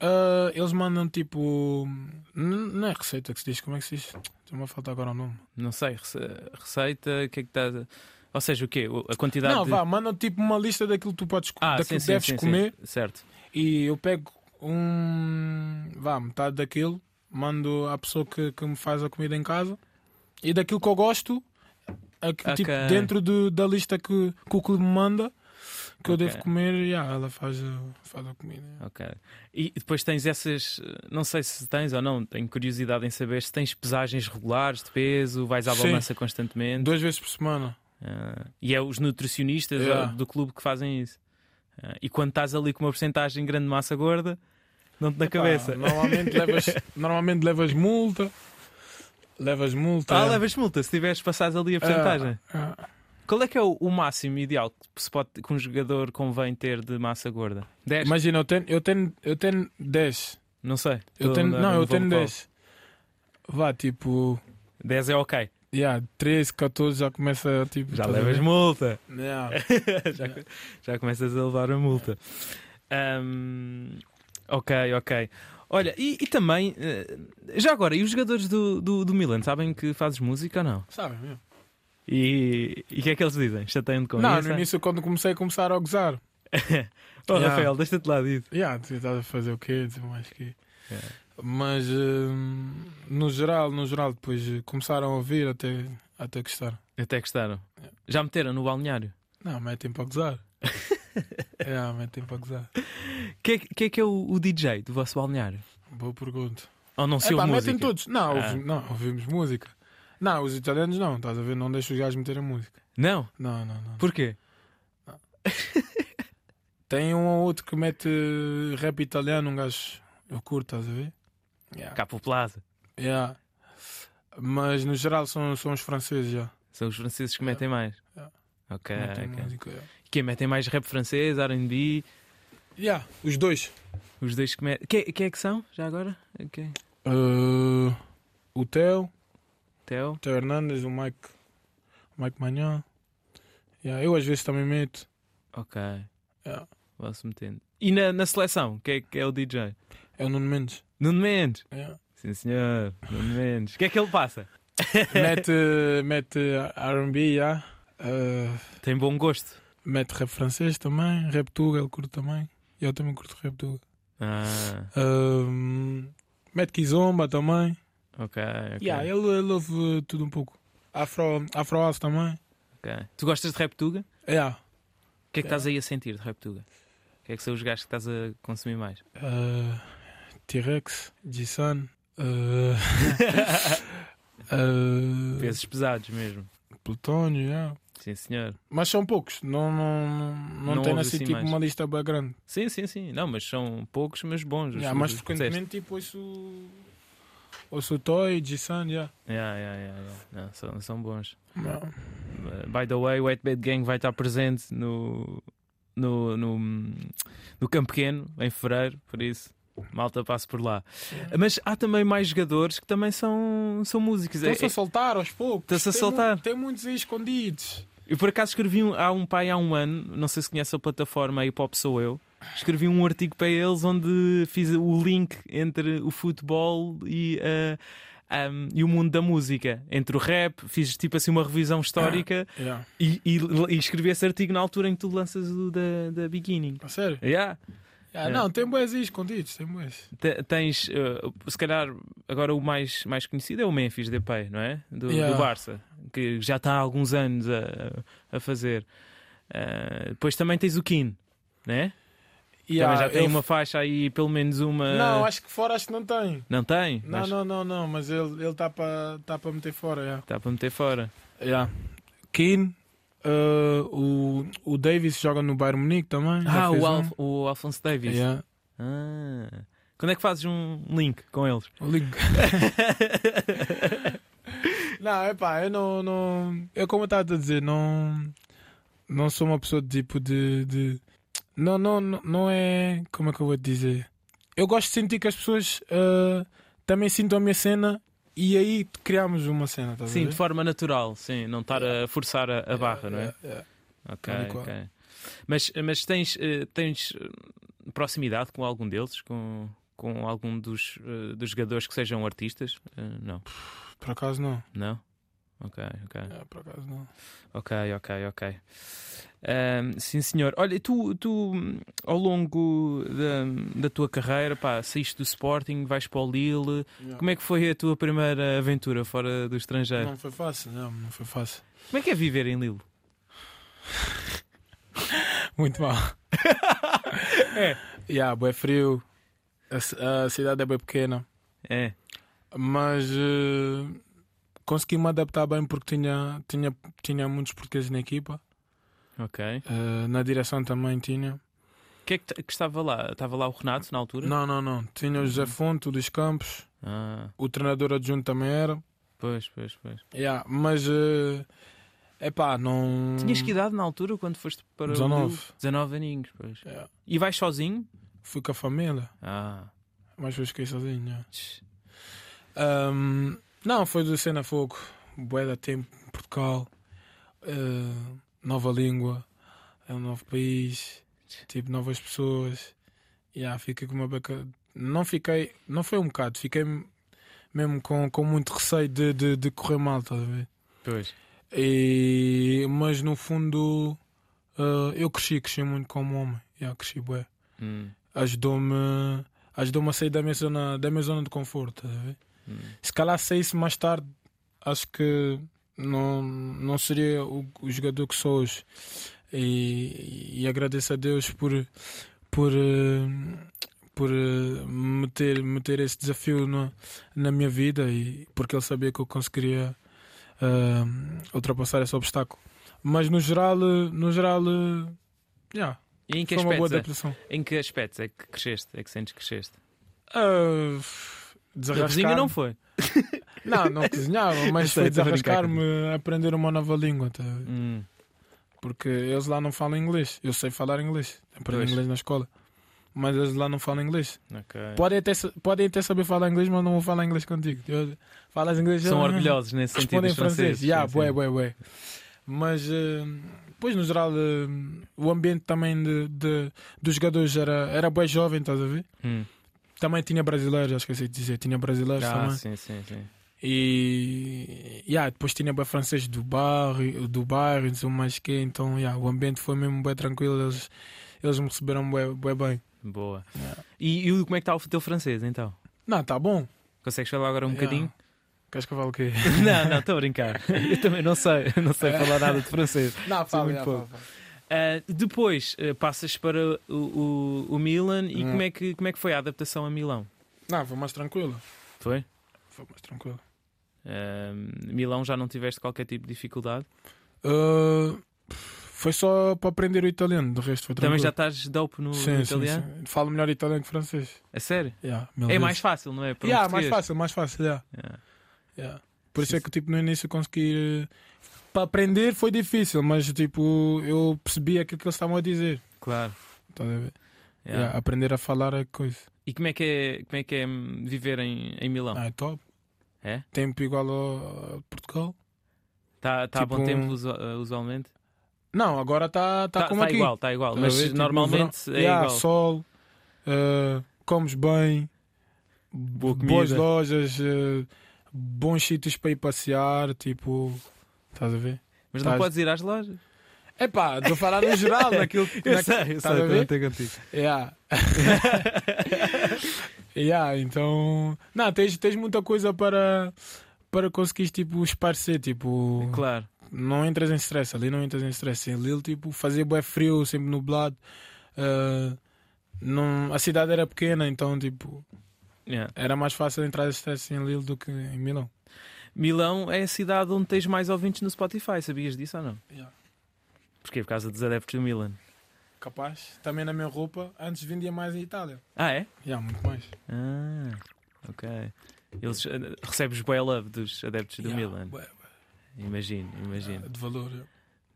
Speaker 3: eh, eles mandam tipo. n- Não é receita que se diz, como é que se diz? Estou-me a faltar agora o nome.
Speaker 2: Não sei, rece- receita, o que é que estás. a- Ou seja, o quê? O- A quantidade
Speaker 3: não,
Speaker 2: de.
Speaker 3: vá, mandam tipo uma lista daquilo que tu podes co-
Speaker 2: Ah, sim,
Speaker 3: daquilo que
Speaker 2: sim,
Speaker 3: deves
Speaker 2: sim, sim.
Speaker 3: comer.
Speaker 2: Certo.
Speaker 3: E eu pego um. vá, metade daquilo, mando à pessoa que, que me faz a comida em casa. E daquilo que eu gosto, a que, tipo,
Speaker 2: Ok.
Speaker 3: dentro do- da lista que, que o clube me manda, que eu
Speaker 2: Ok.
Speaker 3: devo comer, yeah, ela faz a, faz a comida.
Speaker 2: Ok. E depois tens essas, não sei se tens ou não, tenho curiosidade em saber se tens pesagens regulares de peso, vais à
Speaker 3: Sim.
Speaker 2: balança constantemente.
Speaker 3: Duas vezes por semana.
Speaker 2: Ah, e é os nutricionistas
Speaker 3: Yeah.
Speaker 2: ah, do clube que fazem isso. Ah, e quando estás ali com uma porcentagem grande de massa gorda, não-te na
Speaker 3: Epá,
Speaker 2: cabeça.
Speaker 3: Ah, Normalmente levas, normalmente levas multa. Levas multa. é.
Speaker 2: Ah, levas multa se tiveres passado ali a porcentagem.
Speaker 3: Ah,
Speaker 2: Qual é que é o, o máximo ideal que, se pode, que um jogador convém ter de massa gorda? 10?
Speaker 3: Imagina, eu tenho, eu tenho, eu tenho 10.
Speaker 2: Não sei.
Speaker 3: Eu
Speaker 2: Estou a
Speaker 3: tenho,
Speaker 2: andar
Speaker 3: não,
Speaker 2: no
Speaker 3: eu tenho
Speaker 2: voleibol.
Speaker 3: 10. Vá, tipo.
Speaker 2: 10 é ok.
Speaker 3: Yeah, 13, 14 já começa tipo.
Speaker 2: Já
Speaker 3: tá
Speaker 2: levas
Speaker 3: a ver?
Speaker 2: multa.
Speaker 3: Yeah.
Speaker 2: já, já começas a levar a multa. Ahm, ok, ok. Olha, e, e também, eh, já agora, e os jogadores do, do, do Milan sabem que fazes música ou não?
Speaker 3: Sabe, meu?
Speaker 2: E e o que é que eles dizem? Chateiam-te com
Speaker 3: Não,
Speaker 2: isso? é.
Speaker 3: no início quando comecei a começar a gozar.
Speaker 2: Oh,
Speaker 3: Yeah.
Speaker 2: Rafael, deixa-te lá disso.
Speaker 3: Yeah, tu estás a fazer o quê? Tipo, mais que.
Speaker 2: Yeah.
Speaker 3: Mas hum, no geral, no geral, depois eh, começaram a ouvir até, até gostar.
Speaker 2: Até gostaram. Já meteram no balneário?
Speaker 3: Não, metem para gozar. yeah, metem para gozar.
Speaker 2: O que, é, que- que é que é o, o DJ do vosso balneário?
Speaker 3: Boa pergunta.
Speaker 2: Ou não se ouve
Speaker 3: Epá,
Speaker 2: música?
Speaker 3: metem todos. Não,
Speaker 2: Ah.
Speaker 3: ouvi- não, ouvimos música. Não, os italianos não, estás a ver? Não deixo os gajos meterem música.
Speaker 2: Não?
Speaker 3: Não, não, não.
Speaker 2: Porquê?
Speaker 3: Tem um ou outro que mete rap italiano, um gajo. Eu curto, estás a ver? Yeah.
Speaker 2: Capo Plaza.
Speaker 3: Yeah. Mas no geral são, são os franceses já.
Speaker 2: São os franceses que metem mais.
Speaker 3: Yeah.
Speaker 2: Ok,
Speaker 3: Metem
Speaker 2: ok.
Speaker 3: música, yeah.
Speaker 2: Que metem mais rap francês, RB,
Speaker 3: Yeah, os dois.
Speaker 2: os dois que metem. Quem quem é que são, já agora? Ok.
Speaker 3: Uh, o Theo,
Speaker 2: Teo.
Speaker 3: o Theo Hernandes, o Mike, o Mike Manhã. Yeah, eu às vezes também meto.
Speaker 2: Ok.
Speaker 3: Yeah.
Speaker 2: Vá-se metendo. E na, na seleção, quem é que é o DJ?
Speaker 3: É o Nuno Mendes.
Speaker 2: Nuno Mendes.
Speaker 3: Yeah.
Speaker 2: Sim, senhor. Nuno Mendes. O que é que ele passa?
Speaker 3: mete mete RB, yeah. Uh,
Speaker 2: Tem bom gosto.
Speaker 3: mete rap francês também. Rap Tuga, ele curte também. Eu também curto rap Tuga.
Speaker 2: Ah,
Speaker 3: Uh, mete Kizomba também.
Speaker 2: ok. ok,
Speaker 3: Yeah, ele, ele ouve tudo um pouco. Afro, Afro House também.
Speaker 2: ok. Tu gostas de rap tuga?
Speaker 3: Yeah.
Speaker 2: O que é que estás aí a sentir de rap tuga? O que é que são os gajos que estás a consumir mais?
Speaker 3: Uh, T-Rex, G-Sun, uh, uh,
Speaker 2: Pesos pesados mesmo.
Speaker 3: Plutónio, yeah.
Speaker 2: Sim, senhor.
Speaker 3: mas são poucos, não, não, não, não,
Speaker 2: Não
Speaker 3: tem
Speaker 2: ouves
Speaker 3: assim,
Speaker 2: assim
Speaker 3: tipo
Speaker 2: mais.
Speaker 3: uma lista bem grande.
Speaker 2: Sim, sim, sim. Não, mas são poucos, mas bons.
Speaker 3: Yeah,
Speaker 2: Os-
Speaker 3: mas
Speaker 2: os que disseste.
Speaker 3: frequentemente tipo ouço, ouço o Toy, G-Sun, yeah.
Speaker 2: Yeah, yeah, yeah, yeah. Não, são, são bons.
Speaker 3: Yeah.
Speaker 2: Uh, By the way, o Wet Bad Gang vai estar presente no, no, no, no Campo Pequeno, em fevereiro, por isso. Malta, passe por lá. Mas há também mais jogadores que também são, são músicos. É-
Speaker 3: Estão-se a soltar aos poucos.
Speaker 2: Estão-se a
Speaker 3: Tem
Speaker 2: soltar.
Speaker 3: mu- Tem muitos aí escondidos.
Speaker 2: Eu por acaso escrevi um- há um pai há um ano, não sei se conhece a plataforma Hip Hop Sou Eu. Escrevi um artigo para eles onde fiz o link entre o futebol e, ah, ahm, e o mundo da música, entre o rap, fiz tipo assim uma revisão histórica
Speaker 3: Yeah.
Speaker 2: e, e- e escrevi esse artigo na altura em que tu lanças o da, da Beginning.
Speaker 3: A sério?
Speaker 2: Yeah.
Speaker 3: Yeah,
Speaker 2: Yeah.
Speaker 3: Não, tem boas aí escondidos, tem boas.
Speaker 2: Te- Tens, ah, se calhar, agora o mais, mais conhecido é o Memphis Depay, não é? Do, do
Speaker 3: Yeah.
Speaker 2: Barça, que já está há alguns anos a, a fazer. Ah, depois também tens o Keane, né? também já tem uma é? faixa aí, pelo menos uma.
Speaker 3: Não, acho que fora acho que não tem.
Speaker 2: Não tem?
Speaker 3: Não, não, não, não, mas ele está para tá pra meter fora. Yeah.
Speaker 2: Está para meter fora.
Speaker 3: Keane, eh, o, o Davis joga no Bayern Munique também. já
Speaker 2: Ah,
Speaker 3: fez
Speaker 2: o,
Speaker 3: um.
Speaker 2: Alf- o Alphonse Davis.
Speaker 3: Yeah.
Speaker 2: Ah. Quando é que fazes um link com eles?
Speaker 3: O Link. não, é pá, eu não, não. Eu, como eu estava a dizer, não. Não sou uma pessoa de tipo de. de- não, não, não, não é. Como é que eu vou te dizer? Eu gosto de sentir que as pessoas eh, também sintam a minha cena e aí criamos uma cena, estás a
Speaker 2: Sim,
Speaker 3: ver?
Speaker 2: de forma natural, sim, não estar a forçar a, a barra, não é?
Speaker 3: É, é.
Speaker 2: Ok,
Speaker 3: Tal e qual.
Speaker 2: ok. Mas, mas tens, eh, tens eh, proximidade com algum deles? Com, com algum dos, eh, dos jogadores que sejam artistas? Eh, não.
Speaker 3: Por acaso não.
Speaker 2: Não? Ok, ok.
Speaker 3: É, por acaso não.
Speaker 2: Ok, ok, ok. Ahm, sim, senhor. Olha, tu, tu hum, ao longo da, da tua carreira, pá, saíste do Sporting, vais para o Lille. Como é que foi a tua primeira aventura fora do estrangeiro?
Speaker 3: Não foi fácil, não, não foi fácil.
Speaker 2: Como é que é viver em Lille?
Speaker 3: Muito mal. é. Yeah, bué frio. A, ci- a cidade é bem pequena.
Speaker 2: É,
Speaker 3: Mas eh, consegui-me adaptar bem porque tinha, tinha, tinha muitos portugueses na equipa.
Speaker 2: ok.
Speaker 3: Eh, na direção também tinha.
Speaker 2: O que é que, t- que estava lá? Estava lá o Renato na altura?
Speaker 3: Não, não, não. Tinha o José
Speaker 2: Uhum.
Speaker 3: Fonte, o dos Campos.
Speaker 2: Ah,
Speaker 3: O treinador adjunto também era.
Speaker 2: pois, pois, pois.
Speaker 3: Yeah, mas. É pá, não.
Speaker 2: Tinhas que idade na altura quando foste para o
Speaker 3: 19.
Speaker 2: Lille? 19 aninhos, pois.
Speaker 3: Yeah.
Speaker 2: E vais sozinho?
Speaker 3: Fui com a família,
Speaker 2: Ah,
Speaker 3: mas depois fiquei sozinho. yeah.
Speaker 2: tch,
Speaker 3: Ahm, não, foi do Cena Fogo, Bué da Tempo, Portugal, eh, nova língua, é um novo país, tipo, novas pessoas. E yeah, fiquei com uma beca. Não fiquei, não foi um bocado, fiquei mesmo com, com muito receio de, de, de correr mal, estás a ver?
Speaker 2: pois.
Speaker 3: E, mas no fundo, eh, eu cresci, cresci muito como homem, yeah, cresci, bué.
Speaker 2: Hum,
Speaker 3: Ajudou-me ajudou a sair da minha, zona, da minha zona de conforto, estás a ver?
Speaker 2: hum.
Speaker 3: se calhar saísse mais tarde, acho que não, não seria o, o jogador que sou hoje. E, e agradeço a Deus por, por, eh, por eh, me ter, me ter esse desafio na, na minha vida e porque ele sabia que eu conseguiria eh, ultrapassar esse obstáculo. Mas no geral, eh, no geral eh, yeah,
Speaker 2: E em que
Speaker 3: Foi uma boa
Speaker 2: aspectos? é?
Speaker 3: adaptação.
Speaker 2: Em que aspectos é que cresceste? É que sentes que cresceste?
Speaker 3: Ah,
Speaker 2: Da
Speaker 3: desarrascar.
Speaker 2: cozinha não foi.
Speaker 3: Não, não cozinhava, mas
Speaker 2: sei,
Speaker 3: foi
Speaker 2: estou a brincar
Speaker 3: desarrascar-me a aprender uma nova língua. tá?
Speaker 2: Hum.
Speaker 3: Porque eles lá não falam inglês. Eu sei falar inglês. Aprendi
Speaker 2: Pois.
Speaker 3: inglês na escola. Mas eles lá não falam inglês.
Speaker 2: Ok.
Speaker 3: Podem até, sa- podem até saber falar inglês, mas não vou falar inglês contigo. Eu, falas inglês.
Speaker 2: São
Speaker 3: ah,
Speaker 2: orgulhosos nesse sentido.
Speaker 3: Respondem
Speaker 2: os
Speaker 3: em francês.
Speaker 2: franceses.
Speaker 3: Já,
Speaker 2: Sim,
Speaker 3: bué,
Speaker 2: sim.
Speaker 3: bué, bué. Mas, eh, pois, no geral, eh, o ambiente também de, de- dos jogadores era, era bué jovem, estás a ver?
Speaker 2: Hum.
Speaker 3: Também tinha brasileiros, já esqueci de dizer. Tinha brasileiros
Speaker 2: Ah,
Speaker 3: também.
Speaker 2: sim, sim, sim.
Speaker 3: E yeah, depois tinha bem francês do bairro, do bairro, não sei mais que, então yeah, o ambiente foi mesmo bem tranquilo, eles, eles me receberam bem, bem bem.
Speaker 2: Boa. E, e como é que está o teu francês então?
Speaker 3: Não, tá bom.
Speaker 2: Consegues falar agora um
Speaker 3: Yeah.
Speaker 2: bocadinho?
Speaker 3: Queres que eu fale o quê?
Speaker 2: não, não, estou a brincar. Eu também não sei, não sei falar nada de francês.
Speaker 3: Não, fala,
Speaker 2: muito
Speaker 3: já,
Speaker 2: pouco.
Speaker 3: fala, fala.
Speaker 2: Ah, depois ah, passas para o, o- o Milan e
Speaker 3: Hum.
Speaker 2: como, é que, como é que foi a adaptação a Milão?
Speaker 3: Não, foi mais tranquilo.
Speaker 2: Foi?
Speaker 3: Foi mais tranquilo.
Speaker 2: Ah, Milão já não tiveste qualquer tipo de dificuldade?
Speaker 3: Ah, foi só para aprender o italiano, do resto foi
Speaker 2: Também
Speaker 3: tranquilo.
Speaker 2: já estás dope no, no
Speaker 3: um sim, sim,
Speaker 2: italiano?
Speaker 3: sim. Falo melhor italiano que francês.
Speaker 2: A sério?
Speaker 3: Yeah, mil
Speaker 2: É
Speaker 3: vezes.
Speaker 2: mais fácil, não é? Para um
Speaker 3: Yeah, mais
Speaker 2: português.
Speaker 3: fácil, mais fácil. yeah.
Speaker 2: Yeah.
Speaker 3: Yeah. Por isso
Speaker 2: Sim,
Speaker 3: é que tipo, no início consegui. Para aprender foi difícil, mas tipo, eu percebi aquilo que eles estavam a dizer.
Speaker 2: Claro.
Speaker 3: Estás a ver?
Speaker 2: Yeah.
Speaker 3: Yeah, aprender a falar é coisa.
Speaker 2: E como é que é, como é, que é hum, viver em, em Milão?
Speaker 3: Ah, é top.
Speaker 2: Oh. É?
Speaker 3: Tempo igual ao ao de Portugal.
Speaker 2: Está tá a bom
Speaker 3: tipo
Speaker 2: tempo
Speaker 3: um-
Speaker 2: usu- ah, usualmente?
Speaker 3: Não, agora está tá
Speaker 2: Tá-
Speaker 3: como
Speaker 2: tá
Speaker 3: aqui.
Speaker 2: igual, está igual.
Speaker 3: Tá a
Speaker 2: Mas
Speaker 3: ver? Tipo,
Speaker 2: normalmente
Speaker 3: verão-
Speaker 2: é
Speaker 3: Yeah,
Speaker 2: igual.
Speaker 3: sol, eh, comes bem, boas
Speaker 2: comida.
Speaker 3: lojas, eh, bons sítios para ir passear. Tipo, estás a ver?
Speaker 2: Mas não
Speaker 3: Tás-
Speaker 2: podes ir às lojas?
Speaker 3: Epá, estou a falar no geral, naquilo que. na- estás a ver?
Speaker 2: contigo.
Speaker 3: Yeah. yeah, então. Não, tens, tens muita coisa para, para conseguires tipo, esparcer. Tipo,
Speaker 2: Claro.
Speaker 3: não entras em stress. Ali não entras em stress. Em Lille, tipo, fazia bué frio, sempre nublado. Ah, não, a cidade era pequena, então, tipo,
Speaker 2: Yeah.
Speaker 3: era mais fácil entrar em stress em Lille do que em Milão.
Speaker 2: Milão é a cidade onde tens mais ouvintes no Spotify, sabias disso ou não?
Speaker 3: Yeah.
Speaker 2: Porquê? Por causa dos adeptos do Milan.
Speaker 3: Capaz. Também na minha roupa, antes vendia mais em Itália.
Speaker 2: Ah, é?
Speaker 3: Yeah, muito mais.
Speaker 2: Ah, ok. Eles eh, recebes boa love dos adeptos do
Speaker 3: Yeah,
Speaker 2: Milan.
Speaker 3: bué,
Speaker 2: Imagino, imagino.
Speaker 3: De valor. yeah.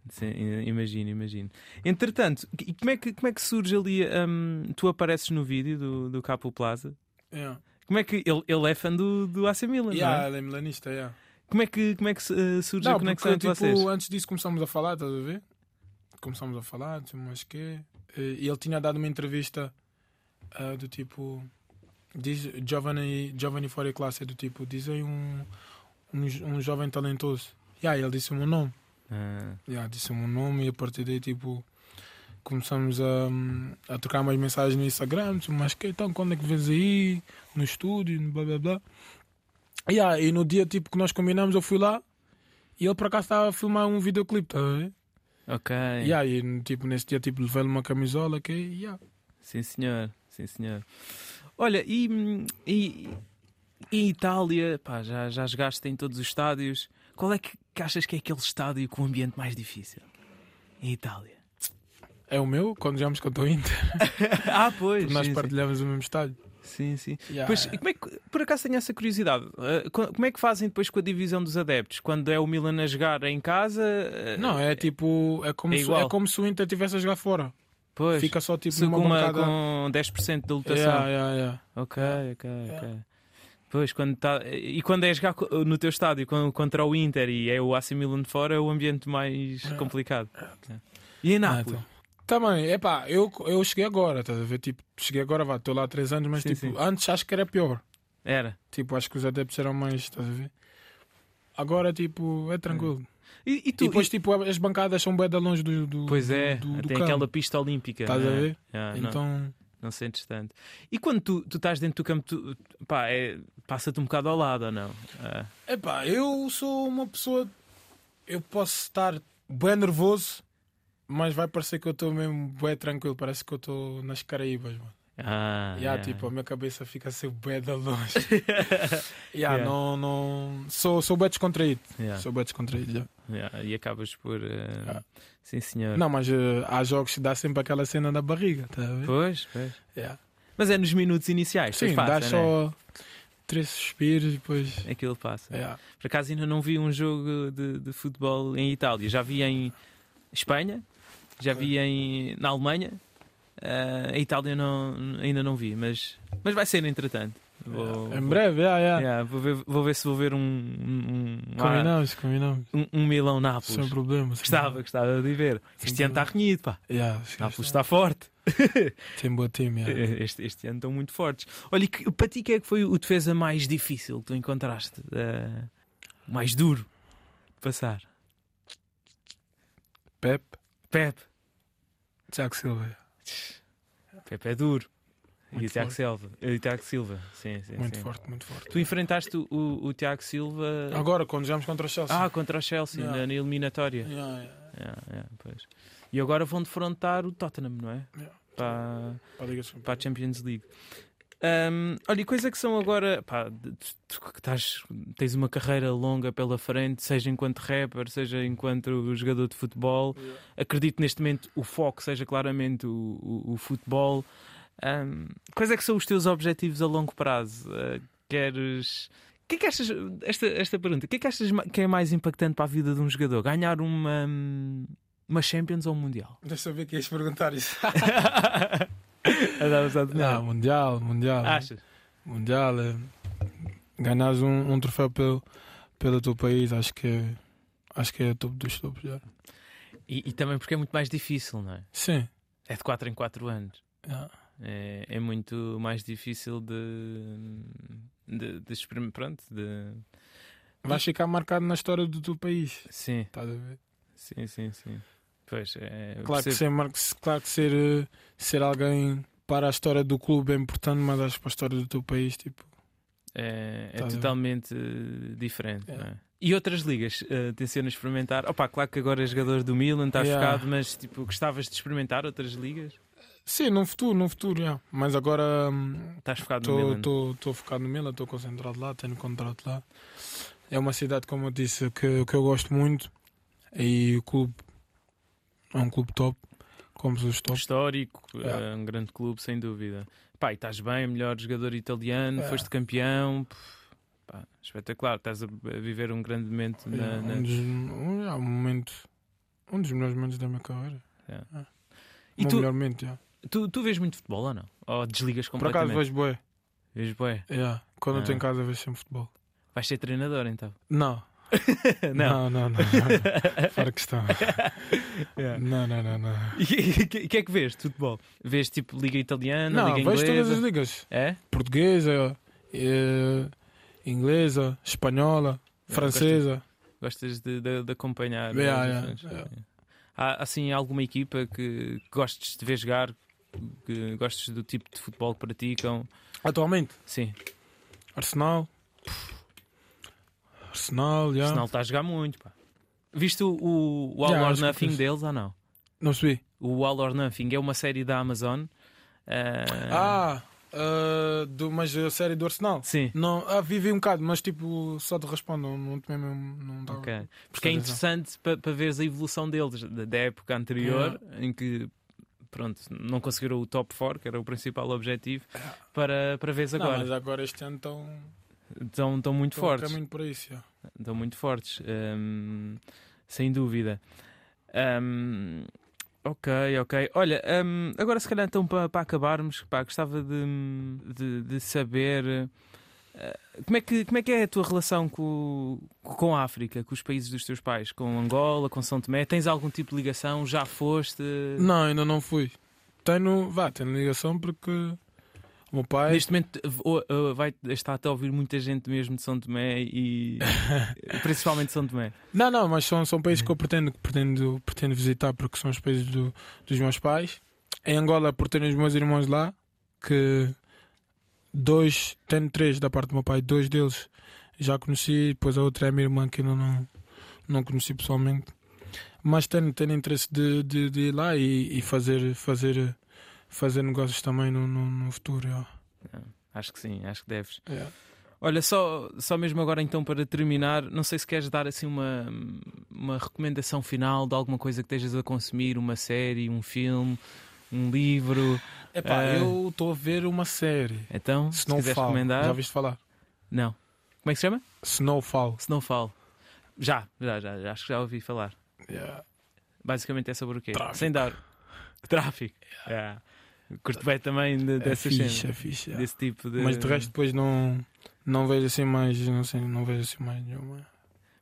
Speaker 2: Sim, i- imagino, imagino. Entretanto, e como é que, como é que surge ali? hum, tu apareces no vídeo do, do Capo Plaza.
Speaker 3: Yeah.
Speaker 2: Como é que ele, ele é fã do, do AC Milan? Não
Speaker 3: Yeah,
Speaker 2: é?
Speaker 3: ela é milanista, yeah.
Speaker 2: Como é que, como é que eh, surge a
Speaker 3: Não,
Speaker 2: conexão
Speaker 3: porque,
Speaker 2: entre
Speaker 3: tipo,
Speaker 2: vocês?
Speaker 3: antes disso começamos a falar, estás a ver? Começamos a falar, disse, mas que E ele tinha dado uma entrevista ah, do tipo. Diz Giovanni, Giovanni Fora Classe, do tipo, dizem um, um, jo- um jovem talentoso. E aí ele disse o meu nome.
Speaker 2: Ah,
Speaker 3: Yeah, disse o meu nome e a partir daí, tipo, começamos a, hum, a trocar umas mensagens no Instagram, disse, mas que então, quando é que vens aí? No estúdio, blá blá blá. Yeah, e no dia tipo, que nós combinamos, eu fui lá e ele por acaso estava a filmar um videoclipe, tá a ver?
Speaker 2: ok.
Speaker 3: Yeah, e tipo, nesse dia tipo, levei-lhe uma camisola que yeah.
Speaker 2: Sim, senhor. Sim, senhor. Olha, e, hum, e, e Itália, pá, já, já jogaste em todos os estádios. Qual é que, que achas que é aquele estádio com o ambiente mais difícil? Em Itália.
Speaker 3: é o meu, quando jogamos contra o Inter,
Speaker 2: ah, pois.
Speaker 3: nós
Speaker 2: sim, sim.
Speaker 3: partilhamos o mesmo estádio.
Speaker 2: sim, sim.
Speaker 3: Yeah.
Speaker 2: Pois, e como é que, por acaso tenho essa curiosidade? Uh, co- como é que fazem depois com a divisão dos adeptos? Quando é o Milan a jogar em casa? uh,
Speaker 3: Não, é tipo, é como,
Speaker 2: É
Speaker 3: se,
Speaker 2: igual.
Speaker 3: é como se o Inter estivesse a jogar fora.
Speaker 2: pois,
Speaker 3: Fica só tipo
Speaker 2: se
Speaker 3: uma
Speaker 2: com, uma-
Speaker 3: bancada.
Speaker 2: com 10% da lotação.
Speaker 3: Yeah, yeah, yeah.
Speaker 2: Ok,
Speaker 3: É.
Speaker 2: ok, ok. Pois, quando tá... e quando é jogar co- no teu estádio co- contra o Inter e é o AC Milan de fora, é o ambiente mais complicado. Ok. E em Nápoles?
Speaker 3: É. Ah, então. Também, epá, eu, eu cheguei agora, estás a ver? Tipo, cheguei agora, vá, estou lá há 3 anos, mas
Speaker 2: Sim,
Speaker 3: tipo,
Speaker 2: sim.
Speaker 3: antes acho que era pior.
Speaker 2: Era.
Speaker 3: Tipo, acho que os adeptos eram mais, estás a ver? Agora, tipo, é tranquilo.
Speaker 2: E, e tu?
Speaker 3: E depois, tipo, as bancadas são bem da longe do, do,
Speaker 2: e- Pois é,
Speaker 3: do, do
Speaker 2: tem
Speaker 3: campo.
Speaker 2: aquela pista olímpica.
Speaker 3: Estás
Speaker 2: não
Speaker 3: a
Speaker 2: é?
Speaker 3: ver?
Speaker 2: Ah, não-
Speaker 3: Então,
Speaker 2: Não sentes tanto. E quando tu, tu estás dentro do campo, tu- pá, é- passa-te um bocado ao lado ou não? Ah,
Speaker 3: epá, eu sou uma pessoa. Eu posso estar bem nervoso, mas vai parecer que eu estou mesmo bem tranquilo. Parece que eu estou nas Caraíbas, mano.
Speaker 2: Ah,
Speaker 3: Yeah,
Speaker 2: yeah.
Speaker 3: Tipo, a minha cabeça fica assim bué de longe. yeah, Não, não... Sou, sou bué descontraído.
Speaker 2: Yeah,
Speaker 3: Sou bué descontraído, já.
Speaker 2: yeah, E acabas por. eh,
Speaker 3: Ah.
Speaker 2: Sim, senhor.
Speaker 3: Não, mas eh, há jogos que dá sempre aquela cena da barriga, tá a ver?
Speaker 2: Pois, pois.
Speaker 3: Yeah.
Speaker 2: Mas é nos minutos iniciais,
Speaker 3: Sim,
Speaker 2: depois passa,
Speaker 3: dá
Speaker 2: né?
Speaker 3: só três suspiros e depois...
Speaker 2: Aquilo passa.
Speaker 3: Yeah.
Speaker 2: Por acaso ainda não vi um jogo de, de futebol em Itália. Já vi em Espanha, já vi em, na Alemanha. Ah, a Itália não, ainda não vi, mas, mas vai ser entretanto. Vou,
Speaker 3: É. Em breve, yeah, yeah.
Speaker 2: Yeah, vou, ver, vou ver se vou ver um, um, um-
Speaker 3: Combinamos, combinamos.
Speaker 2: um, um Milão
Speaker 3: Sem
Speaker 2: Nápoles.
Speaker 3: problema. sem
Speaker 2: Gostava, gostava de ver. Este ano está renhido, pá.
Speaker 3: Yeah, os gajos
Speaker 2: Nápoles está forte.
Speaker 3: Tem bom time, yeah.
Speaker 2: Eh, Este, este ano estão muito fortes. Olha, e que, para ti, que é que foi o defesa mais difícil que tu encontraste? Eh, o mais duro de passar?
Speaker 3: Pep,
Speaker 2: Pepe. é.
Speaker 3: Tiago Silva.
Speaker 2: Pepe é duro. e o
Speaker 3: Muito
Speaker 2: Tiago
Speaker 3: forte,
Speaker 2: Silva. E o Tiago Silva. Sim, sim,
Speaker 3: muito
Speaker 2: sim.
Speaker 3: forte, muito forte.
Speaker 2: Tu enfrentaste o, o, o Tiago Silva
Speaker 3: Agora, quando jogamos contra o Chelsea.
Speaker 2: ah, contra o Chelsea
Speaker 3: Yeah.
Speaker 2: na, na eliminatória.
Speaker 3: Yeah, yeah.
Speaker 2: Yeah, yeah, pois. E agora vão defrontar o Tottenham, não é?
Speaker 3: Yeah.
Speaker 2: Para,
Speaker 3: Pá, liga -se.
Speaker 2: para a Champions League. Ahm, olha, e coisa que são agora. Pá, de- tu, tu que estás- tens uma carreira longa pela frente, seja enquanto rapper, seja enquanto jogador de futebol.
Speaker 3: Yeah.
Speaker 2: Acredito neste momento o foco seja claramente o, o- o futebol. Ahm, quais é que são os teus objetivos a longo prazo? Ah, queres. O que é que achas, esta, esta pergunta, o que é que achas ma- que é mais impactante para a vida de um jogador? Ganhar uma, hum, uma Champions ou um Mundial?
Speaker 3: Deixa eu ver que ias perguntar isso.
Speaker 2: Não,
Speaker 3: Não, Mundial, Mundial.
Speaker 2: achas?
Speaker 3: Mundial. É... Ganhares um, um troféu pelo, pelo teu país, acho que é, acho que é o topo dos topos. já.
Speaker 2: E, e também porque é muito mais difícil, não é?
Speaker 3: Sim.
Speaker 2: É de 4 em 4 anos.
Speaker 3: Yeah.
Speaker 2: É, é muito mais difícil de. de, de experim- Pronto, de.
Speaker 3: Vais ficar marcado na história do teu país.
Speaker 2: Sim,
Speaker 3: Estás a ver?
Speaker 2: sim, sim, sim. Pois, é. eu
Speaker 3: Claro que,
Speaker 2: percebo.
Speaker 3: ser, mar- claro que ser, eh, ser alguém para a história do clube é importante, mas acho que para a história do teu país, tipo.
Speaker 2: É, é
Speaker 3: Tá bem.
Speaker 2: totalmente eh, diferente.
Speaker 3: É.
Speaker 2: não é? E outras ligas, eh, tenciona experimentar. Opa, claro que agora é jogador do Milan, estás
Speaker 3: Yeah.
Speaker 2: focado, mas tipo, gostavas de experimentar outras ligas?
Speaker 3: Sim, num futuro, num futuro, já. Mas agora hum,
Speaker 2: Estás focado no Milan?
Speaker 3: Estou focado no Milan, estou concentrado lá, tenho contrato lá. É uma cidade, como eu disse, que, que eu gosto muito. E o clube é um clube top, como os top.
Speaker 2: Um Histórico,
Speaker 3: Yeah.
Speaker 2: eh, um grande clube, sem dúvida. Pá, e estás bem, melhor jogador italiano,
Speaker 3: Yeah.
Speaker 2: foste campeão. pff, pá, espetacular, estás a a viver um grande momento na-
Speaker 3: É
Speaker 2: na-
Speaker 3: um, dos, um, é um momento, um dos melhores momentos da minha carreira.
Speaker 2: E
Speaker 3: um
Speaker 2: tu,
Speaker 3: melhor momento, já.
Speaker 2: tu, tu vês muito futebol ou não? Ou desligas
Speaker 3: Por acaso
Speaker 2: completamente?
Speaker 3: vejo boé.
Speaker 2: Vês, bué.
Speaker 3: já. Quando eu
Speaker 2: Ah.
Speaker 3: estou em casa, vejo sempre futebol.
Speaker 2: Vais ser treinador então?
Speaker 3: Não.
Speaker 2: Não.
Speaker 3: Não, não, não. Fora questão.
Speaker 2: Yeah.
Speaker 3: Não, não, não, não.
Speaker 2: E o que, que é que vês de futebol? Vês tipo Liga Italiana,
Speaker 3: Não,
Speaker 2: Liga
Speaker 3: vejo
Speaker 2: Inglesa?
Speaker 3: todas as ligas.
Speaker 2: É?
Speaker 3: portuguesa, eh, inglesa, espanhola,
Speaker 2: Eu
Speaker 3: francesa.
Speaker 2: Gostas de, de- de acompanhar?
Speaker 3: Yeah,
Speaker 2: as
Speaker 3: yeah,
Speaker 2: diferentes-
Speaker 3: yeah.
Speaker 2: Há assim alguma equipa que, que gostes de ver jogar? Que gostes do tipo de futebol que praticam?
Speaker 3: Atualmente,
Speaker 2: Sim,
Speaker 3: Arsenal. Arsenal, já.
Speaker 2: o Arsenal está tá a jogar muito. Pá. Viste o, o, o All
Speaker 3: Yeah,
Speaker 2: or
Speaker 3: acho que
Speaker 2: Nothing
Speaker 3: fiz.
Speaker 2: deles ou não?
Speaker 3: Não subi.
Speaker 2: O All or Nothing é uma série da Amazon. Ah,
Speaker 3: Ah, ah, do, mas a série do Arsenal.
Speaker 2: Sim,
Speaker 3: Não, ah, vivi um bocado, mas tipo, só te respondo, não, não tomei mesmo. Não dá.
Speaker 2: ok. Porque é interessante para veres a evolução deles, da, da época anterior, em que pronto, não conseguiram o top 4, que era o principal objetivo, para, para veres
Speaker 3: Ah, Não,
Speaker 2: agora.
Speaker 3: mas agora este ano estão
Speaker 2: Estão estão muito
Speaker 3: estão a
Speaker 2: fortes.
Speaker 3: caminho para é isso. já.
Speaker 2: Estão muito fortes, hum, sem dúvida. Hum, ok, ok. Olha, hum, agora se calhar então para, para acabarmos, pá, gostava de, de, de saber eh, como, é que, como é que é a tua relação com, com a África, com os países dos teus pais, com Angola, com São Tomé? Tens algum tipo de ligação? Já foste?
Speaker 3: Não, ainda não fui. Tenho, vá, tenho ligação porque o meu pai.
Speaker 2: Neste momento eh, o- eh, vai estar a ouvir muita gente mesmo de São Tomé e principalmente de São Tomé.
Speaker 3: Não, não, mas são, são países que eu pretendo, que pretendo, pretendo visitar porque são os países do- dos meus pais. Em Angola, por terem os meus irmãos lá, que dois, tenho três da parte do meu pai, dois deles já conheci, depois a outra é a minha irmã que ainda não, não conheci pessoalmente. Mas tenho, tenho interesse de, de, de ir lá e, e fazer, fazer, fazer negócios também no, no, no futuro. ó.
Speaker 2: Acho que sim, acho que deves.
Speaker 3: Yeah.
Speaker 2: Olha, só, só mesmo agora então para terminar, não sei se queres dar assim uma, uma recomendação final de alguma coisa que estejas a consumir, uma série, um filme, um livro.
Speaker 3: Epá,
Speaker 2: Ah.
Speaker 3: eu estou a ver uma série.
Speaker 2: Então, se quiseres
Speaker 3: Snowfall.
Speaker 2: recomendar.
Speaker 3: Já ouviste falar?
Speaker 2: Não. Como é que se chama?
Speaker 3: Snowfall.
Speaker 2: Snowfall. Já, já, já, já, acho que já ouvi falar.
Speaker 3: Yeah.
Speaker 2: Basicamente é sobre o quê?
Speaker 3: Tráfico.
Speaker 2: Sem dar. Tráfico. Yeah. Curto bem também de-
Speaker 3: É
Speaker 2: dessas
Speaker 3: fixe,
Speaker 2: cenas.
Speaker 3: é fixe. yeah.
Speaker 2: Desse tipo de.
Speaker 3: Mas de resto depois não, não vejo assim mais, não sei, não vejo assim mais nenhuma.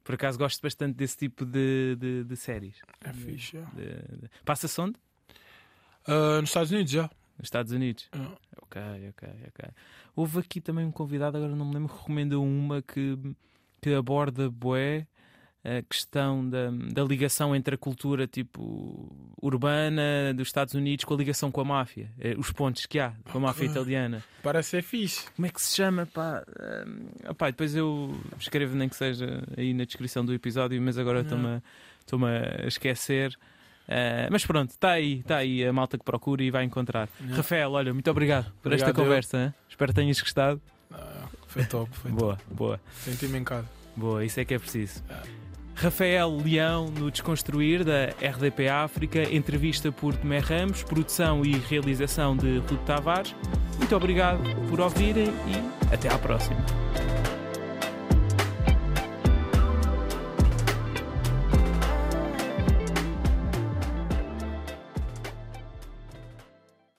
Speaker 2: Por acaso gosto bastante desse tipo de, de, de séries.
Speaker 3: É fixe. yeah.
Speaker 2: De- de- Passa-se onde?
Speaker 3: Ah, nos Estados Unidos já.
Speaker 2: Nos Estados Unidos.
Speaker 3: Ah.
Speaker 2: Ok, ok, ok. Houve aqui também um convidado, agora não me lembro, que recomendou uma que, que aborda bué a questão da, da ligação entre a cultura tipo urbana dos Estados Unidos com a ligação com a máfia. Eh, Os pontos que há com a máfia
Speaker 3: Ok.
Speaker 2: italiana.
Speaker 3: Parece ser fixe.
Speaker 2: Como é que se chama, pá? Ah, opá, depois eu escrevo nem que seja aí na descrição do episódio, mas agora
Speaker 3: Yeah.
Speaker 2: estou-me a- estou-me a esquecer. Ah, mas pronto, está aí, está aí a malta que procura e vai encontrar.
Speaker 3: Yeah.
Speaker 2: Rafael, olha, muito obrigado por esta
Speaker 3: É. Obrigado eu.
Speaker 2: conversa. hein? Espero que tenhas gostado.
Speaker 3: Ah, foi top, foi top.
Speaker 2: Boa, boa,
Speaker 3: Senti-me em casa.
Speaker 2: boa, isso é que é preciso.
Speaker 3: Ah.
Speaker 2: Rafael Leão no Desconstruir da RDP África, entrevista por Tomé Ramos, produção e realização de Ruto Tavares. Muito obrigado por ouvirem e até à próxima.